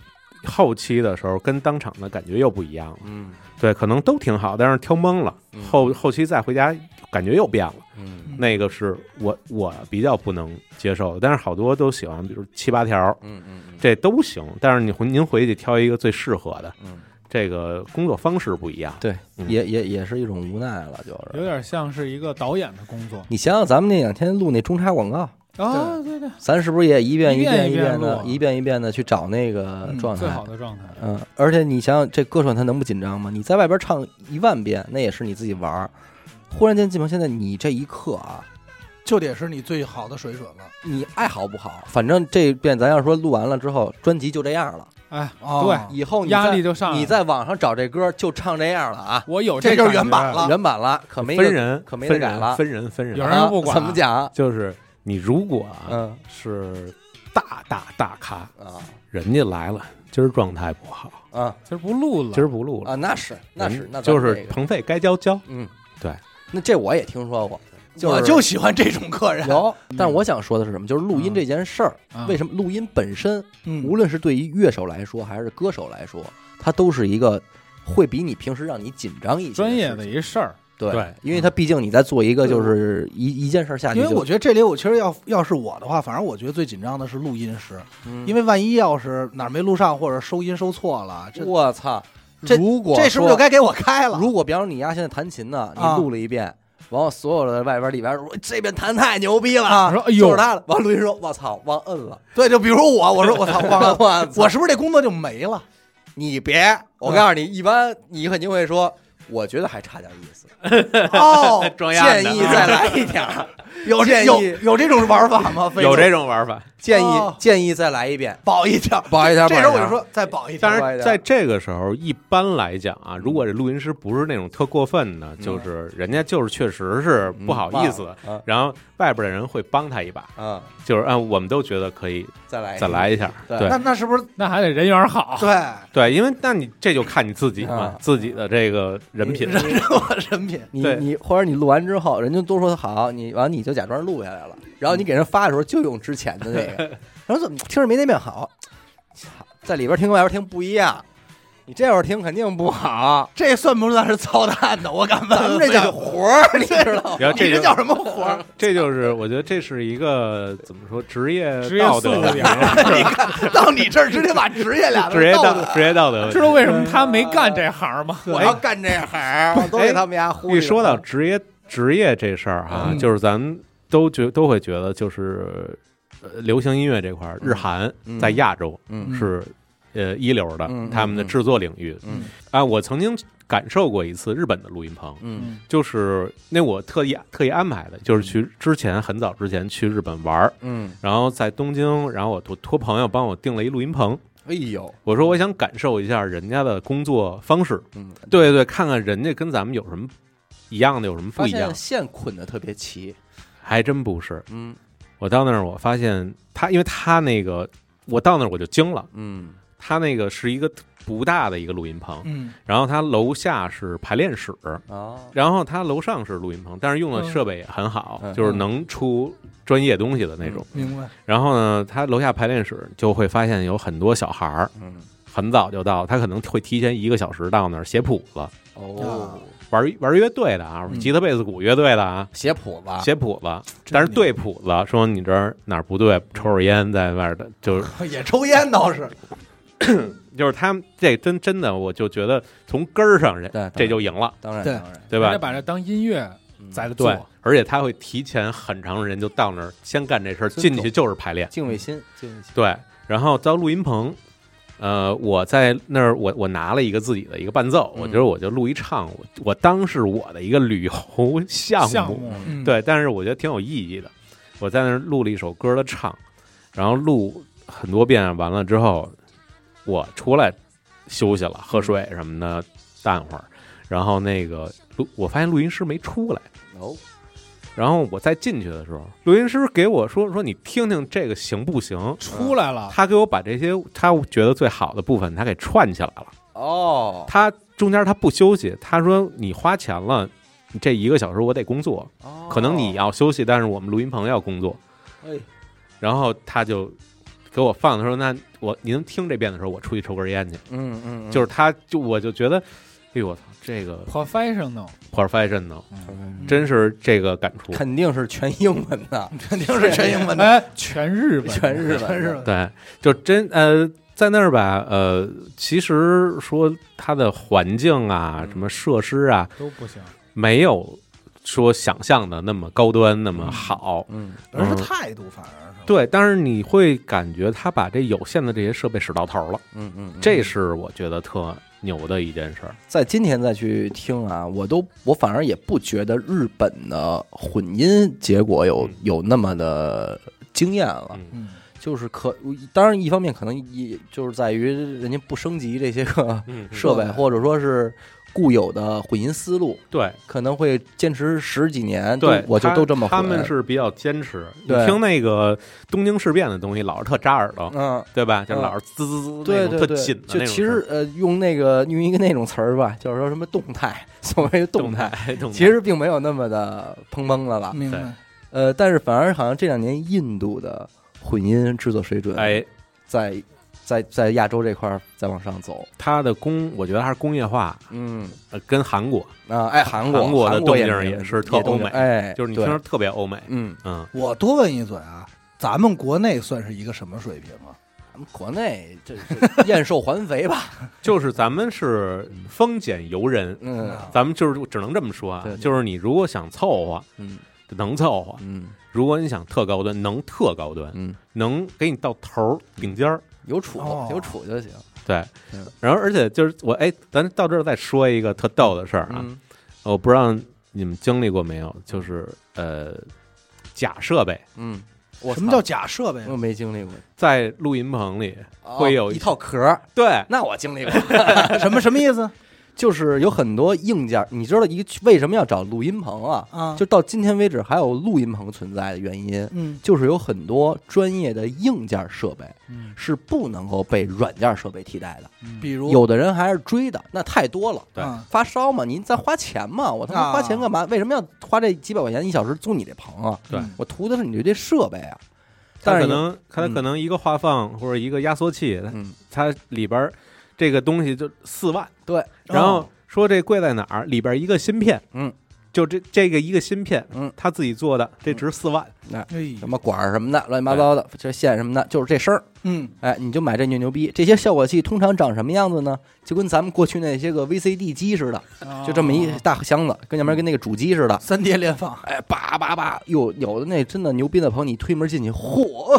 后期的时候跟当场的感觉又不一样了，嗯对，可能都挺好，但是挑懵了，嗯后后期再回家感觉又变了。嗯那个是我我比较不能接受的，但是好多都喜欢，比如七八条，嗯嗯，这都行。但是你回您回去挑一个最适合的，嗯这个工作方式不一样。对，嗯也也也是一种无奈了，就有是。点像是一个导演的工作你想想，咱们那两天录那中插广告，啊，对对，咱是不是也一遍一遍遍一一遍的、录嗯一遍一遍的去找那个状最态好？的状态。嗯，而且你想想，这歌手他能不紧张吗？你在外边唱一万遍，那也是你自己玩儿，忽然间进棚，现在你这一刻啊，就得是你最好的水准了。你爱好不好，反正这遍咱要说录完了之后，专辑就这样了，哎，啊以后你压在力就上来了你在网上找这歌就唱这样了啊，我有个这就是原版了啊原版了，可没分人，可没得分改了人，分人，分人有，人不管啊怎么讲，就是你如果啊嗯是大大大咖，啊人家来了，今儿状态不好，啊今儿不录了，今儿不录了啊，，那是那是人那咱就是这个棚费该交交，嗯对，那这我也听说过，我是就喜欢这种客人。有，但是我想说的是什么？就是录音这件事儿，嗯为什么录音本身，嗯无论是对于乐手来说还是歌手来说，它都是一个会比你平时让你紧张一些专业事的情一事儿，对，嗯对因为它毕竟你在做一个就是一一件事儿下去因就，为我觉得这里我其实要要是我的话，反正我觉得最紧张的是录音师，嗯因为万一要是哪儿没录上或者收音收错了，这我操，这如果这是不说是就该给我开了？如果比方说你丫现在弹琴呢，你啊录了一遍，完后所有的外边里边说这边弹太牛逼了，啊我说哎就呦是，他了，完录音说我操忘摁了，对，就比如我，我 (laughs) 说我操，忘了，我操我是不是这工作就没了？你别，嗯我告诉你，一般你肯定会说，我觉得还差点意 (laughs) 思，哦，装建议再来一点儿， (laughs) 有这建有议有这种玩法吗？非有得这种玩法。建议哦建议再来一遍，保一条，保一条这时保候一我条就说再保一条但，另外一是点在这个时候，一般来讲嗯啊，如果这录音师不是那种特过分的，就是人家就是确实是不好意思，嗯忘了然后外边的人会帮他一把，嗯，就是嗯，我们都觉得可以再来再来一下，哎对对那那是不是那还得人缘好，对对，因为那你这就看你自己嘛啊，自己的这个人品，人我人品？你对你或者你录完之后，人家都说好，你完你就假装录下来了，然后你给人发的时候就用之前的那 (laughs) 个，然后怎么听着没那面好？操，在里边听跟外边听不一样，你这会儿听肯定不好，这算不算是操蛋的？我敢问，咱们这叫活儿，你知道吗？然后你这这就叫什么活 (laughs) 儿？这就是我觉得这是一个怎么说职业职业道素德问题养，你看到你这儿直接把职业啊俩字职业儿逗道的，职业道德问知题。道为什么他没干这行吗？我要干这行儿，我都给他们家忽悠。一说到职业职业这事儿哈，嗯就是咱们都觉都会觉得就是。呃流行音乐这块儿，日韩嗯在亚洲嗯是呃一流的嗯嗯，他们的嗯制作领域嗯啊，我曾经感受过一次日本的录音棚，嗯就是那我特意特意安排的，就是去之前很早之前去日本玩儿，嗯，然后在东京，然后我托托朋友帮我订了一录音棚，哎呦，我说我想感受一下人家的工作方式，嗯，对对，看看人家跟咱们有什么一样的，有什么不发一样现，线捆的特别齐，还真不是。嗯我到那儿，我发现他，因为他那个，我到那儿我就惊了，嗯他那个是一个不大的一个录音棚，嗯，然后他楼下是排练室，啊，然后他楼上是录音棚，但是用的设备也很好，嗯就是能出专业东西的那种。明白。 (laughs) 然后呢，他楼下排练室就会发现有很多小孩儿嗯很早就到，他可能会提前一个小时到那儿写谱子，哦，玩玩乐队的啊，嗯吉他贝斯鼓乐队的啊。写谱子，写谱子，但是对谱子说你这儿哪儿不对，抽着烟在外边的，就是也抽烟倒是，就是他们这真真的，我就觉得从根儿上对这这就赢了，当然对当然对还吧得？把这当音乐嗯在这对做，，而且他会提前很长时间就到那儿先干这事儿，尊进重去就是排练。敬畏心，敬畏心，对，然后到录音棚，呃，我在那儿，我我拿了一个自己的一个伴奏，嗯我觉得我就录一唱，我我当是我的一个旅游项目，项目嗯嗯，对，但是我觉得挺有意义的。我在那儿录了一首歌的唱，然后录很多遍，完了之后我出来休息了，喝水什么的，淡会儿，然后那个录，我发现录音师没出来。哦，然后我再进去的时候，录音师给我说说你听听这个行不行？出来了，他给我把这些他觉得最好的部分，他给串起来了。哦，他中间他不休息，他说你花钱了，你这一个小时我得工作，哦可能你，要休息，但是我们录音棚要工作。哎然后他就给我放的时候，那我您听这遍的时候，我出去抽根烟去。嗯嗯，就是是他就我就觉得，哎呦我操，这个 professional， professional 嗯真是这个感触。肯定是全英文 (laughs) 的，肯定是全英文的。哎，全日本， (laughs) 全日全文是的，对，就真呃，在那儿吧，呃，其实说它的环境啊，嗯什么设施啊，都不行，没有说想象的那么高端，那么好。嗯而是嗯态度，反而是对，但是你会感觉他把这有限的这些设备使到头了，嗯嗯，这是我觉得特牛的一件事儿。在今天再去听啊，我都我反而也不觉得日本的混音结果有嗯有那么的惊艳了。嗯嗯，就是可，当然一方面可能也就是在于人家不升级这些个嗯设备，对或者说是固有的混音思路，对可能会坚持十几年，都对，我就他都这么混。啊他们是比较坚持。你对听那个东京事变的东西，老是特扎耳朵，嗯，对吧？就嗯老是滋滋滋对那种对特对，紧的就那种声儿。其实呃，用那个用一个那种词儿吧，就是说什么动态，所谓动动态，态，嗯动态其实并没有那么的砰砰的了。明白。呃，但是反而好像这两年印度的混音制作水准，哎，在在在亚洲这块儿在往上走。它的工，我觉得还是工业化，嗯呃，跟韩国啊，哎，韩国韩国的动静也也是特特欧美哎，就是你对听着特别欧美，嗯，嗯，我多问一嘴啊，咱们国内算是一个什么水平啊？咱们国内这是 (laughs) 燕瘦还肥吧？就是咱们是丰俭由人， (laughs) 嗯咱们就是只能这么说啊对，对就是你如果想凑合，嗯就能凑合；嗯如果你想特高端，能特高端，嗯，能给你到头儿顶尖儿。有处哦有处就行。对嗯，然后而且就是我哎，咱到这儿再说一个特逗的事儿啊，嗯我不知道你们经历过没有，就是呃，假设备嗯，我什么操叫假设备？我没经历过？在录音棚里，哦会有一一套壳儿，对，那我经历 (laughs) 过，什么什么意思就是有很多硬件儿，你知道一个为什么要找录音棚啊？啊？ (laughs) 就到今天为止，还有录音棚存在的原因，嗯就是有很多专业的硬件设备嗯是不能够被软件设备替代的。比嗯如有的人还是追的，那太多了。对啊发烧嘛，您在花钱嘛，我他妈啊花钱干嘛？为什么要花这几百块钱一小时租你这棚啊？对我图的是你这设备啊。它但可是，能它嗯可能一个画放或者一个压缩器，它嗯，它里边儿这个东西就四万，对，哦然后说这贵在哪儿？里边儿一个芯片，嗯，就这这个一个芯片，嗯，他自己做的，这值四万，哎什么管儿什么的，乱七八糟的，这线什么的，就是这声儿。嗯哎，你就买这牛牛逼。这些效果器通常长什么样子呢？就跟咱们过去那些个 VCD 机似的，哦就这么一大箱子，跟前面跟那个主机似的。三碟连放，哎，叭叭叭，有有的那真的牛逼的朋友，你推门进去，嚯，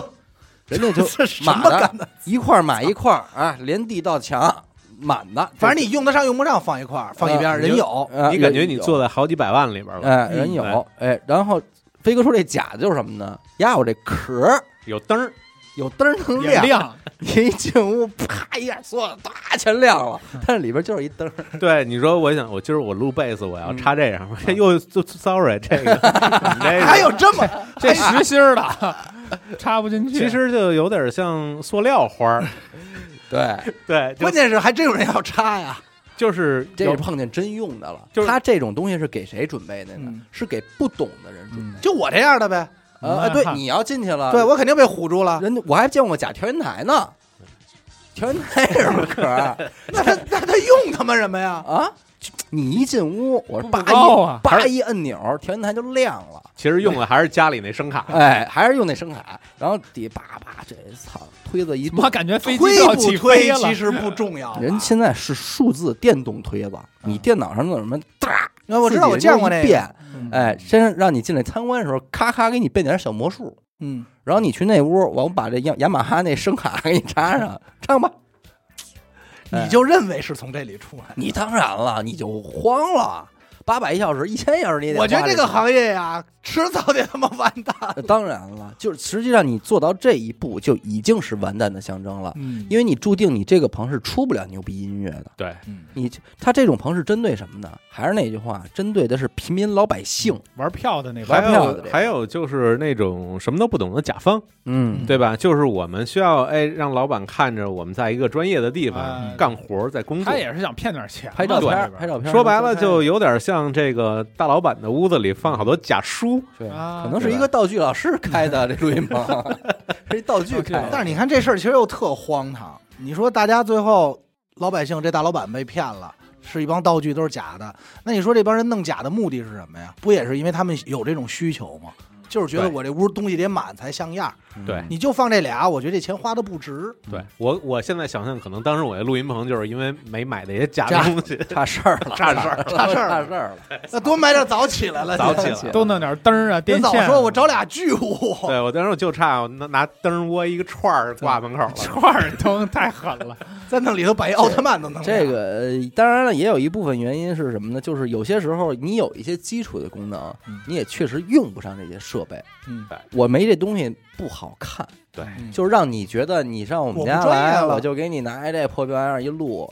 人家就这是什满么干的，一块儿买一块儿啊，连地到墙，满的。反正你用得上用不上放一块儿，放一边儿，啊人有啊你感觉你有做在好几百万里边儿了，哎人有哎，然后飞哥说这假的就是什么呢？呀，我这壳儿有灯儿，有灯儿能也哎亮，亮，一进屋啪一下，所有的哒全亮了，但是里边就是一灯 (laughs) 儿。对，你说我想我今儿我录贝斯，我要嗯插这上，这又就 sorry 这 (laughs) 个，你这个 (laughs) 还有这么这实心儿的 (laughs) 插不进去。其实就有点像塑料花儿，对，对，就关键是还真有人要插呀。就是这有是碰见真用的了。就是他这种东西是给谁准备的呢？嗯是给不懂的人准备。嗯就我这样的呗，呃，哎对，你要进去了，对我肯定被唬住了。啊人家我还见过假调音台呢，调音台有什么壳 (laughs) 儿那他那他用他妈什么呀？啊？你一进屋，我不叭高啊一叭一按钮，调音台就亮了。其实用的还是家里那声卡，哎，还是用那声卡，然后底叭叭，这操推子一我动，感觉飞机推都要不起飞推了其。实不重要吧。人现在是数字电动推子，你电脑上那什么哒，啊嗯我知自道己我见过那一变个，，嗯哎，先让你进来参观的时候，咔咔给你变点小魔术，嗯，然后你去那屋，我把这雅雅马哈那声卡给你插上，唱吧。哎你就认为是从这里出来的。你当然了，你就慌了。八百一小时，一千小时你也得我花钱。觉得这个行业呀，迟早得他妈完蛋。当然了，就是实际上你做到这一步就已经是完蛋的象征了，嗯因为你注定你这个棚是出不了牛逼音乐的。对，你他这种棚是针对什么呢？还是那句话，针对的是平民老百姓。玩票的那玩帮还票的有这个还有就是那种什么都不懂的甲方，嗯对吧？就是我们需要哎让老板看着我们在一个专业的地方哎干活，在工作他。也是想骗点钱嘛，拍照片在儿里，边拍照片儿。说白了，就有点像这个大老板的屋子里放好多假书，对，啊可能是一个道具老师开的这录音棚，是一道具开啊的。但是你看这事儿其实又特荒唐。你说大家最后老百姓这大老板被骗了，是一帮道具都是假的。那你说这帮人弄假的目的是什么呀？不也是因为他们有这种需求吗？就是觉得对我这屋东西得满才像样儿。嗯对你就放这俩，我觉得这钱花的不值。对我，我现在想象，可能当时我的录音棚就是因为没买那些假假东西，差事儿了，差事儿。差事儿差事儿了。那多买点早起来了，哎早起现在了，都弄点灯儿啊、别电早线啊。说，我找俩巨物。对我当时我就差拿拿灯窝一个串儿挂门口 (laughs) 了。串儿灯太狠了，在那里头把一奥特曼都能来这个呃当然了，也有一部分原因是什么呢？就是有些时候你有一些基础的功能，你也确实用不上这些设备。嗯，我没这东西不好看，对，嗯就是让你觉得你上我们我家不专业来，了我就给你拿一这破玩意儿一录，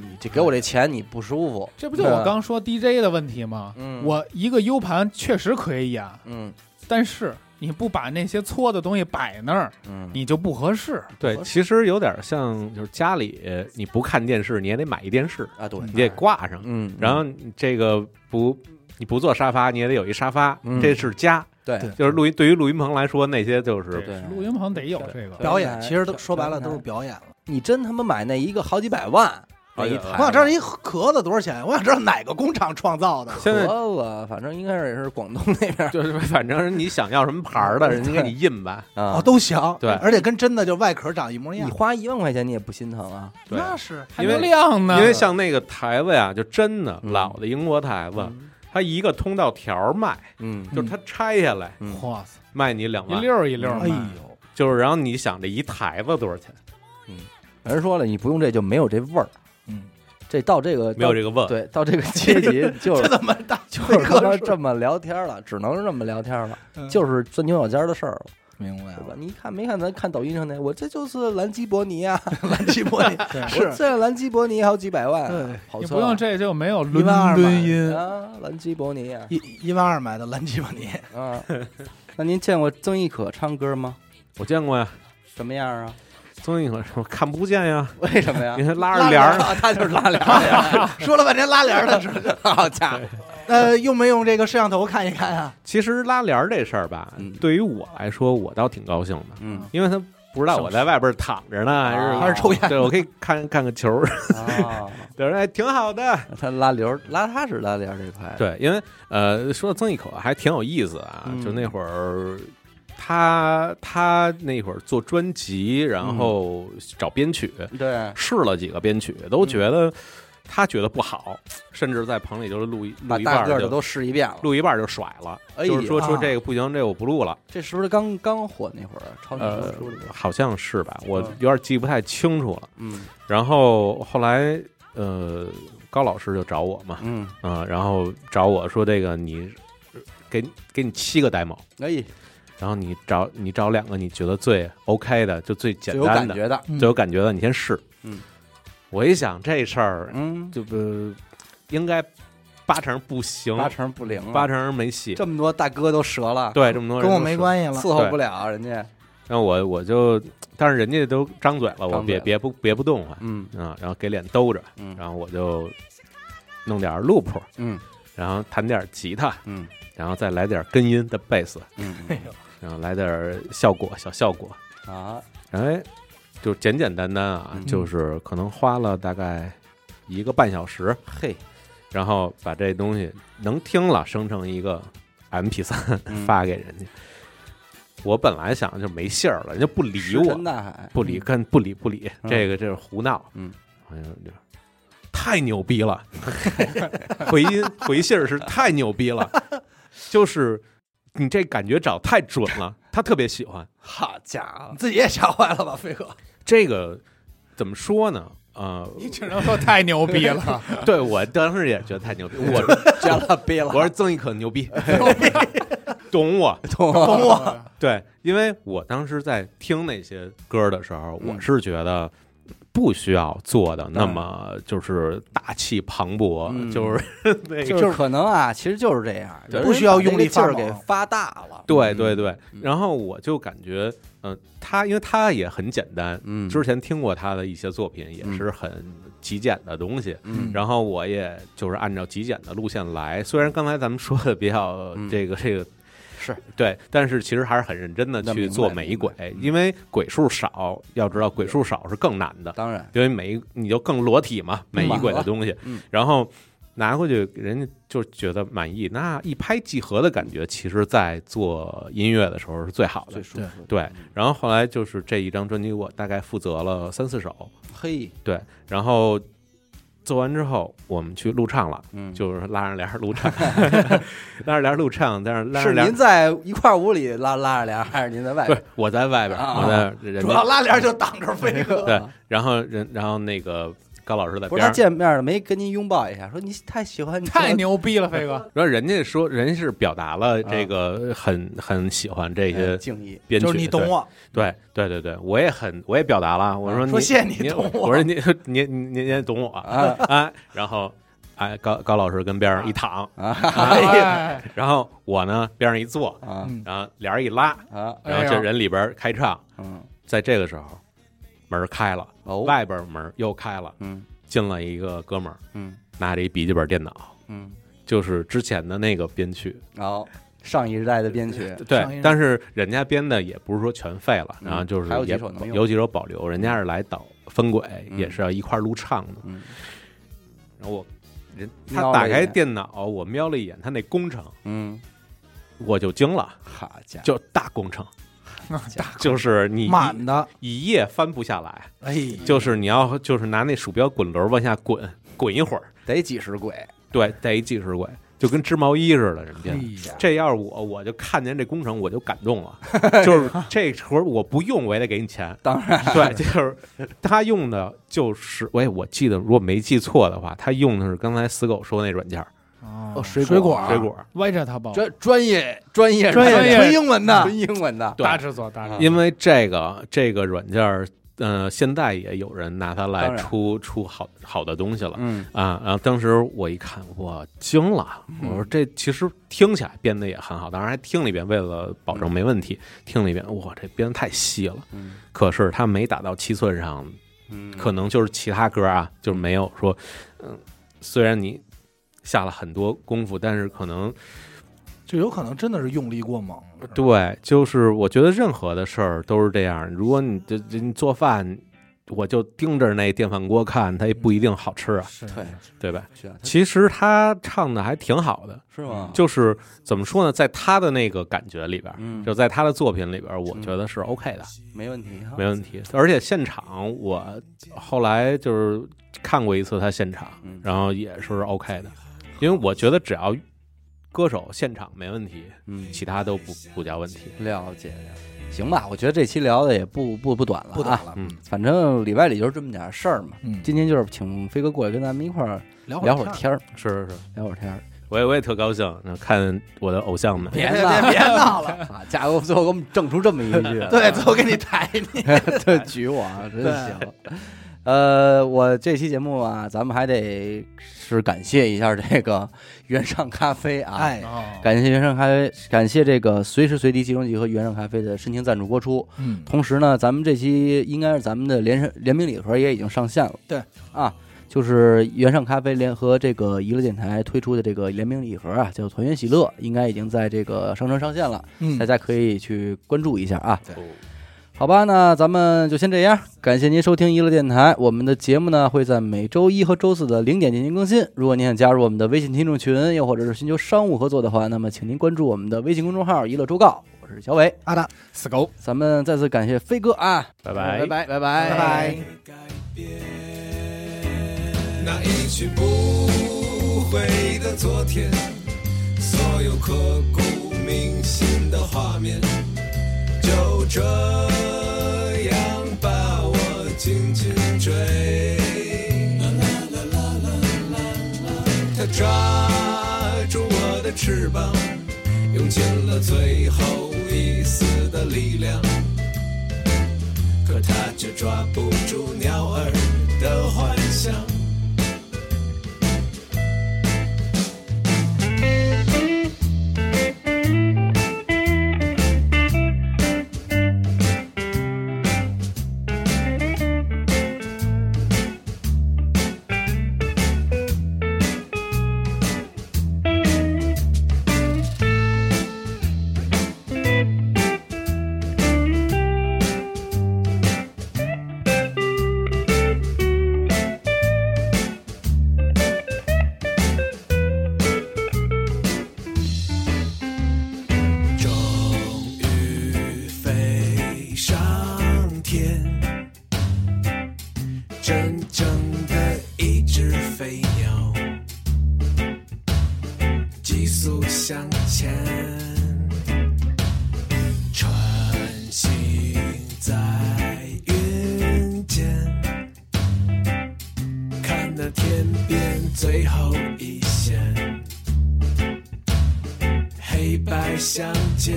你这给我这钱你不舒服。这不就我刚说 DJ 的问题吗？嗯我一个 U 盘确实可以演，嗯但是你不把那些搓的东西摆那儿，嗯，你就不合适。对，其实有点像，就是家里呃你不看电视，你也得买一电视，啊对，你得挂上。嗯，然后你这个不，你不坐沙发，你也得有一沙发，嗯这是家。对对就是录音，对于录音棚来说，那些就是对录音棚得有这个，表演，其实都小说白了都是小表演哎了。你真他妈买那一个好几百万那一台，哎呀啊我想知道一壳子多少钱，我想知道哪个工厂创造的。现在盒子，反正应该是也是广东那边就是 (laughs) 反正你想要什么牌儿的，人家给你印吧。啊哦，。都行，对而且跟真的就外壳长一模一你样，花一万块钱你也不心疼啊？对，那是还因为能亮呢。因为像那个台子呀，就真的嗯老的英国台子，它一个通道条儿卖，嗯就是它拆下来嗯哇塞，卖你两一万，溜儿一溜儿卖，哎呦，就是然后你想这一台子多少钱？人说了，你不用这就没有这味儿。嗯，这到这个没有到这个问，呃对到这个阶级就这是怎么大？就是这他个妈是这么聊天了，只能是这么聊天了，嗯就是钻牛角尖的事儿了，明白对吧了？，你看没看咱看抖音上那我这就是兰基伯尼啊，兰奇波尼我是这兰基伯尼好几百万啊，对好你车不用这就没有啊一伦万二敦买音。啊，兰基伯尼 (laughs) 啊，一一万二买的兰奇波尼， (laughs) 啊，那您见过曾轶可唱歌吗？我见过呀，什么样啊？综艺可我看不见呀，为什么呀 (laughs) 你？看拉着帘儿，啊， (laughs) 他就是拉帘儿说了半天拉帘 (laughs) 儿的是不是？的，好家伙！呃，用没用这个摄像头看一看啊？其实拉帘儿这事儿吧嗯，对于我来说，我倒挺高兴的，嗯因为他不知道我在外边躺着呢，还是啊还是抽烟哦对我可以看看个球儿， (laughs) 啊，对，哎，挺好的。他拉帘儿拉他是拉帘儿这块，，对，因为呃，说到曾轶可还挺有意思啊，嗯就那会儿。他他那会儿做专辑，然后找编曲，对，试了几个编曲，都觉得他觉得不好，甚至在棚里就是录一把录一半大个儿儿的就都试一遍了。录一半儿就甩了，哎就是说呀说这个不行，这我不录了。这是不是刚刚火那会儿？啊超级呃说里边，，好像是吧，我有点记不太清楚了。嗯然后后来呃，高老师就找我嘛，嗯，啊、然后找我说这个你给给你七个 demo，哎，然后你找你找两个你觉得最 OK 的，就最最简有单感的、觉的，嗯最有感觉的，你先试。嗯，我一想这事儿嗯，就不、应该八成不行，八成不灵啊，八成没戏。这么多大哥都折了，对，这么多人跟我都没说。关系了。伺候不了啊人家，然后我我就，但是人家都张嘴了，我张嘴别了别不别不动啊，嗯啊，然后给脸兜着，嗯然后我就弄点 loop，嗯然后弹点吉他，嗯然后再来点根音的贝斯，嗯然后来点效果小效果，嗯啊，哎，就简简单单啊，嗯就是可能花了大概一个半小时，嘿，然后把这东西能听了生成一个 MP 三嗯发给人家。我本来想就没信儿了，人家不理石沉我，大海，不理，跟不理不理，嗯这个这是胡闹。嗯，好像就太牛逼了， (laughs) 回音回信儿是太牛逼了，就是你这感觉找太准了，他特别喜欢。好家伙你，自己也吓坏了吧，飞哥？这个怎么说呢？ (laughs) 呃，你只能说太牛逼了，对我当时也觉得太牛逼，我说加了憋了，我说曾轶可牛逼， (laughs) 懂我。懂吗懂我？对，因为我当时在听那些歌的时候，嗯我是觉得不需要做的那么就是大气磅礴，嗯就是 (laughs) 那个 (laughs) 就是可能啊，其实就是这样，对有人不需要用力把这个发劲儿猛给发大了。对嗯对，对，嗯然后我就感觉，嗯、他因为他也很简单，嗯，之前听过他的一些作品，也嗯是很极简的东西。嗯然后我也就是按照极简的路线来，虽然刚才咱们说的比较嗯这个这个是对，但是其实还是很认真的那去明白做每一轨明白，嗯因为轨数少，要知道轨数少是更难的，当然，因为每一你就更裸体嘛，每一轨的东西嗯。然后拿回去人家就觉得满意，那一拍即合的感觉，其实在做音乐的时候是最好的最。舒服。嗯对，然后后来就是这一张专辑，我大概负责了三四首，嘿，对，然后做完之后，我们去录唱了，嗯，就是拉着帘儿录唱， (laughs) 拉着帘儿录唱，但是拉着是帘儿您在一块屋里拉拉着帘儿，还是您在外不边是？我在外边儿，啊我在人主家要拉帘儿就挡着飞哥。对，然后人然后那个高老师在不边是他上，见面了没跟您拥抱一下，说你太喜欢你了太牛逼了，飞 (laughs) 哥！然后人家说人家是表达了这个很很喜欢这哎些敬意，编曲，啊就是你懂我，啊对，对对对对，我也很我也表达了，我说你说谢谢你你懂我我说你 (laughs) 你你你也懂我啊 (laughs) 啊，然后。哎，高高老师跟边上一躺，啊哎， (laughs) 然后我呢边上一坐，啊嗯然后帘儿一拉，啊，然后哎这呀人里边儿开唱，嗯，在这个时候门儿开了，哦，外边儿门儿又开了，嗯进了一个哥们儿，嗯拿着一笔记本电脑，嗯，就是之前的那个编曲，然后上一代的编曲，上一对任，但是人家编的也不是说全废了，嗯然后就是还有几也首能用有几首保留，人家是来导分轨，嗯也是要一块儿录唱的。嗯然后我人他瞄了一眼打开电脑，我瞄了一眼他那工程，嗯，我就惊了，好家伙，就大工程，大就是你满的，一一页翻不下来，哎，就是你要就是拿那鼠标滚轮往下滚，滚一会儿，得几十轨，对，带一计时轨，就跟织毛衣似的，人家。呀，这要是我，我就看见这工程我就感动 (laughs) 了，就是这活儿我不用我也得给你钱，当然，对，就是他用的就是，喂，我记得如果没记错的话，他用的是刚才死狗说那软件儿哦水水果果水果，歪着他吧，专专业专业专专业业纯英文的纯，英文的，对大制作，大啊制作。因为这个这个软件儿，呃，现在也有人拿它当来然出出好好的东西了。嗯啊，然后当时我一看，我惊了，我嗯说这其实听起来编的也很好，当然还听了一遍，为了保证没问题，听了一遍，哇，这编的太细了。嗯可是他没打到七寸上，嗯，可能就是其他歌啊，就没有说，嗯，虽然你下了很多功夫，但是可能就有可能真的是用力过猛。对，就是我觉得任何的事儿都是这样。如果你这这你做饭，我就盯着那电饭锅看，它也不一定好吃啊，是对，对吧？是啊其实他唱的还挺好的，是吗？就是怎么说呢，在他的那个感觉里边儿，嗯就在他的作品里边儿，我觉得是 OK 的。没问题哈，没问题。而且现场我后来就是看过一次他现场嗯，然后也是 OK 的，因为我觉得只要歌手现场没问题，嗯，其他都不不叫问题。了解了解，行吧，我觉得这期聊的也不不不短了，不短啊，了，嗯，反正里外里就是这么点事儿嘛。嗯，今天就是请飞哥过来跟咱们一块儿聊聊会儿天儿，是是是，聊会儿天儿。我也我也特高兴，那看我的偶像们。别别别闹别别闹了， (laughs) 啊，家伙，最后给我们整出这么一句， (laughs) 对，最后给你抬你。 (laughs) 对，举我啊，真行。呃，我这期节目啊，咱们还得是感谢一下这个原上咖啡啊，哎，哦，感谢原上咖啡，感谢这个随时随地即溶即合原上咖啡的深情赞助播出。嗯，同时呢，咱们这期应该是咱们的联联名礼盒也已经上线了。对啊，就是原上咖啡联合这个娱乐电台推出的这个联名礼盒啊，叫“团圆喜乐”，应该已经在这个商城上线了，嗯大，家可以去关注一下啊。对好吧，那咱们就先这样，感谢您收听娱乐电台。我们的节目呢会在每周一和周四的零点进行更新。如果您想加入我们的微信听众群，又或者是寻求商务合作的话，那么请您关注我们的微信公众号“娱乐周告”。我是小伟，阿达，死狗。咱们再次感谢飞哥啊，拜拜拜拜。拜拜拜。改变，那一去不回的昨天，所有刻骨铭心的画面，就这样把我紧紧追。他抓住我的翅膀，用尽了最后一丝的力量。可它却抓不住鸟儿的幻想。飞鸟，急速向前，穿行在云间，看那天边最后一线，黑白相间。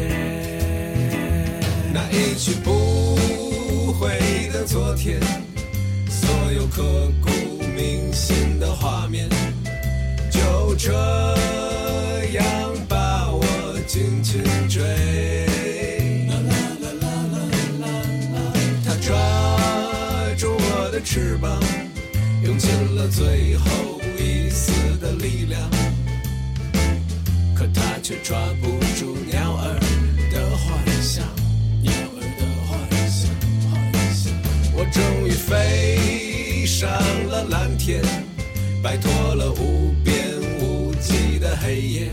那一去不回的昨天，所有刻骨铭心的画面，就这样把我紧紧追。它抓住我的翅膀，用尽了最后一丝的力量，可它却抓不住鸟儿的幻想。鸟儿的幻想，幻想。我终于飞上了蓝天，摆脱了无边无际的黑夜，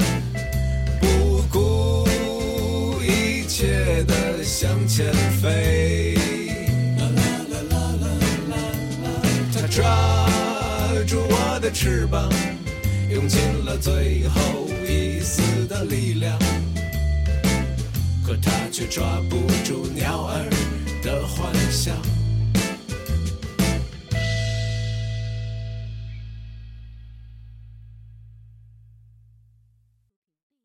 不顾一切的向前飞。啦啦啦啦啦啦啦，它抓住我的翅膀，用尽了最后一丝的力量。可它却抓不住鸟儿的幻想。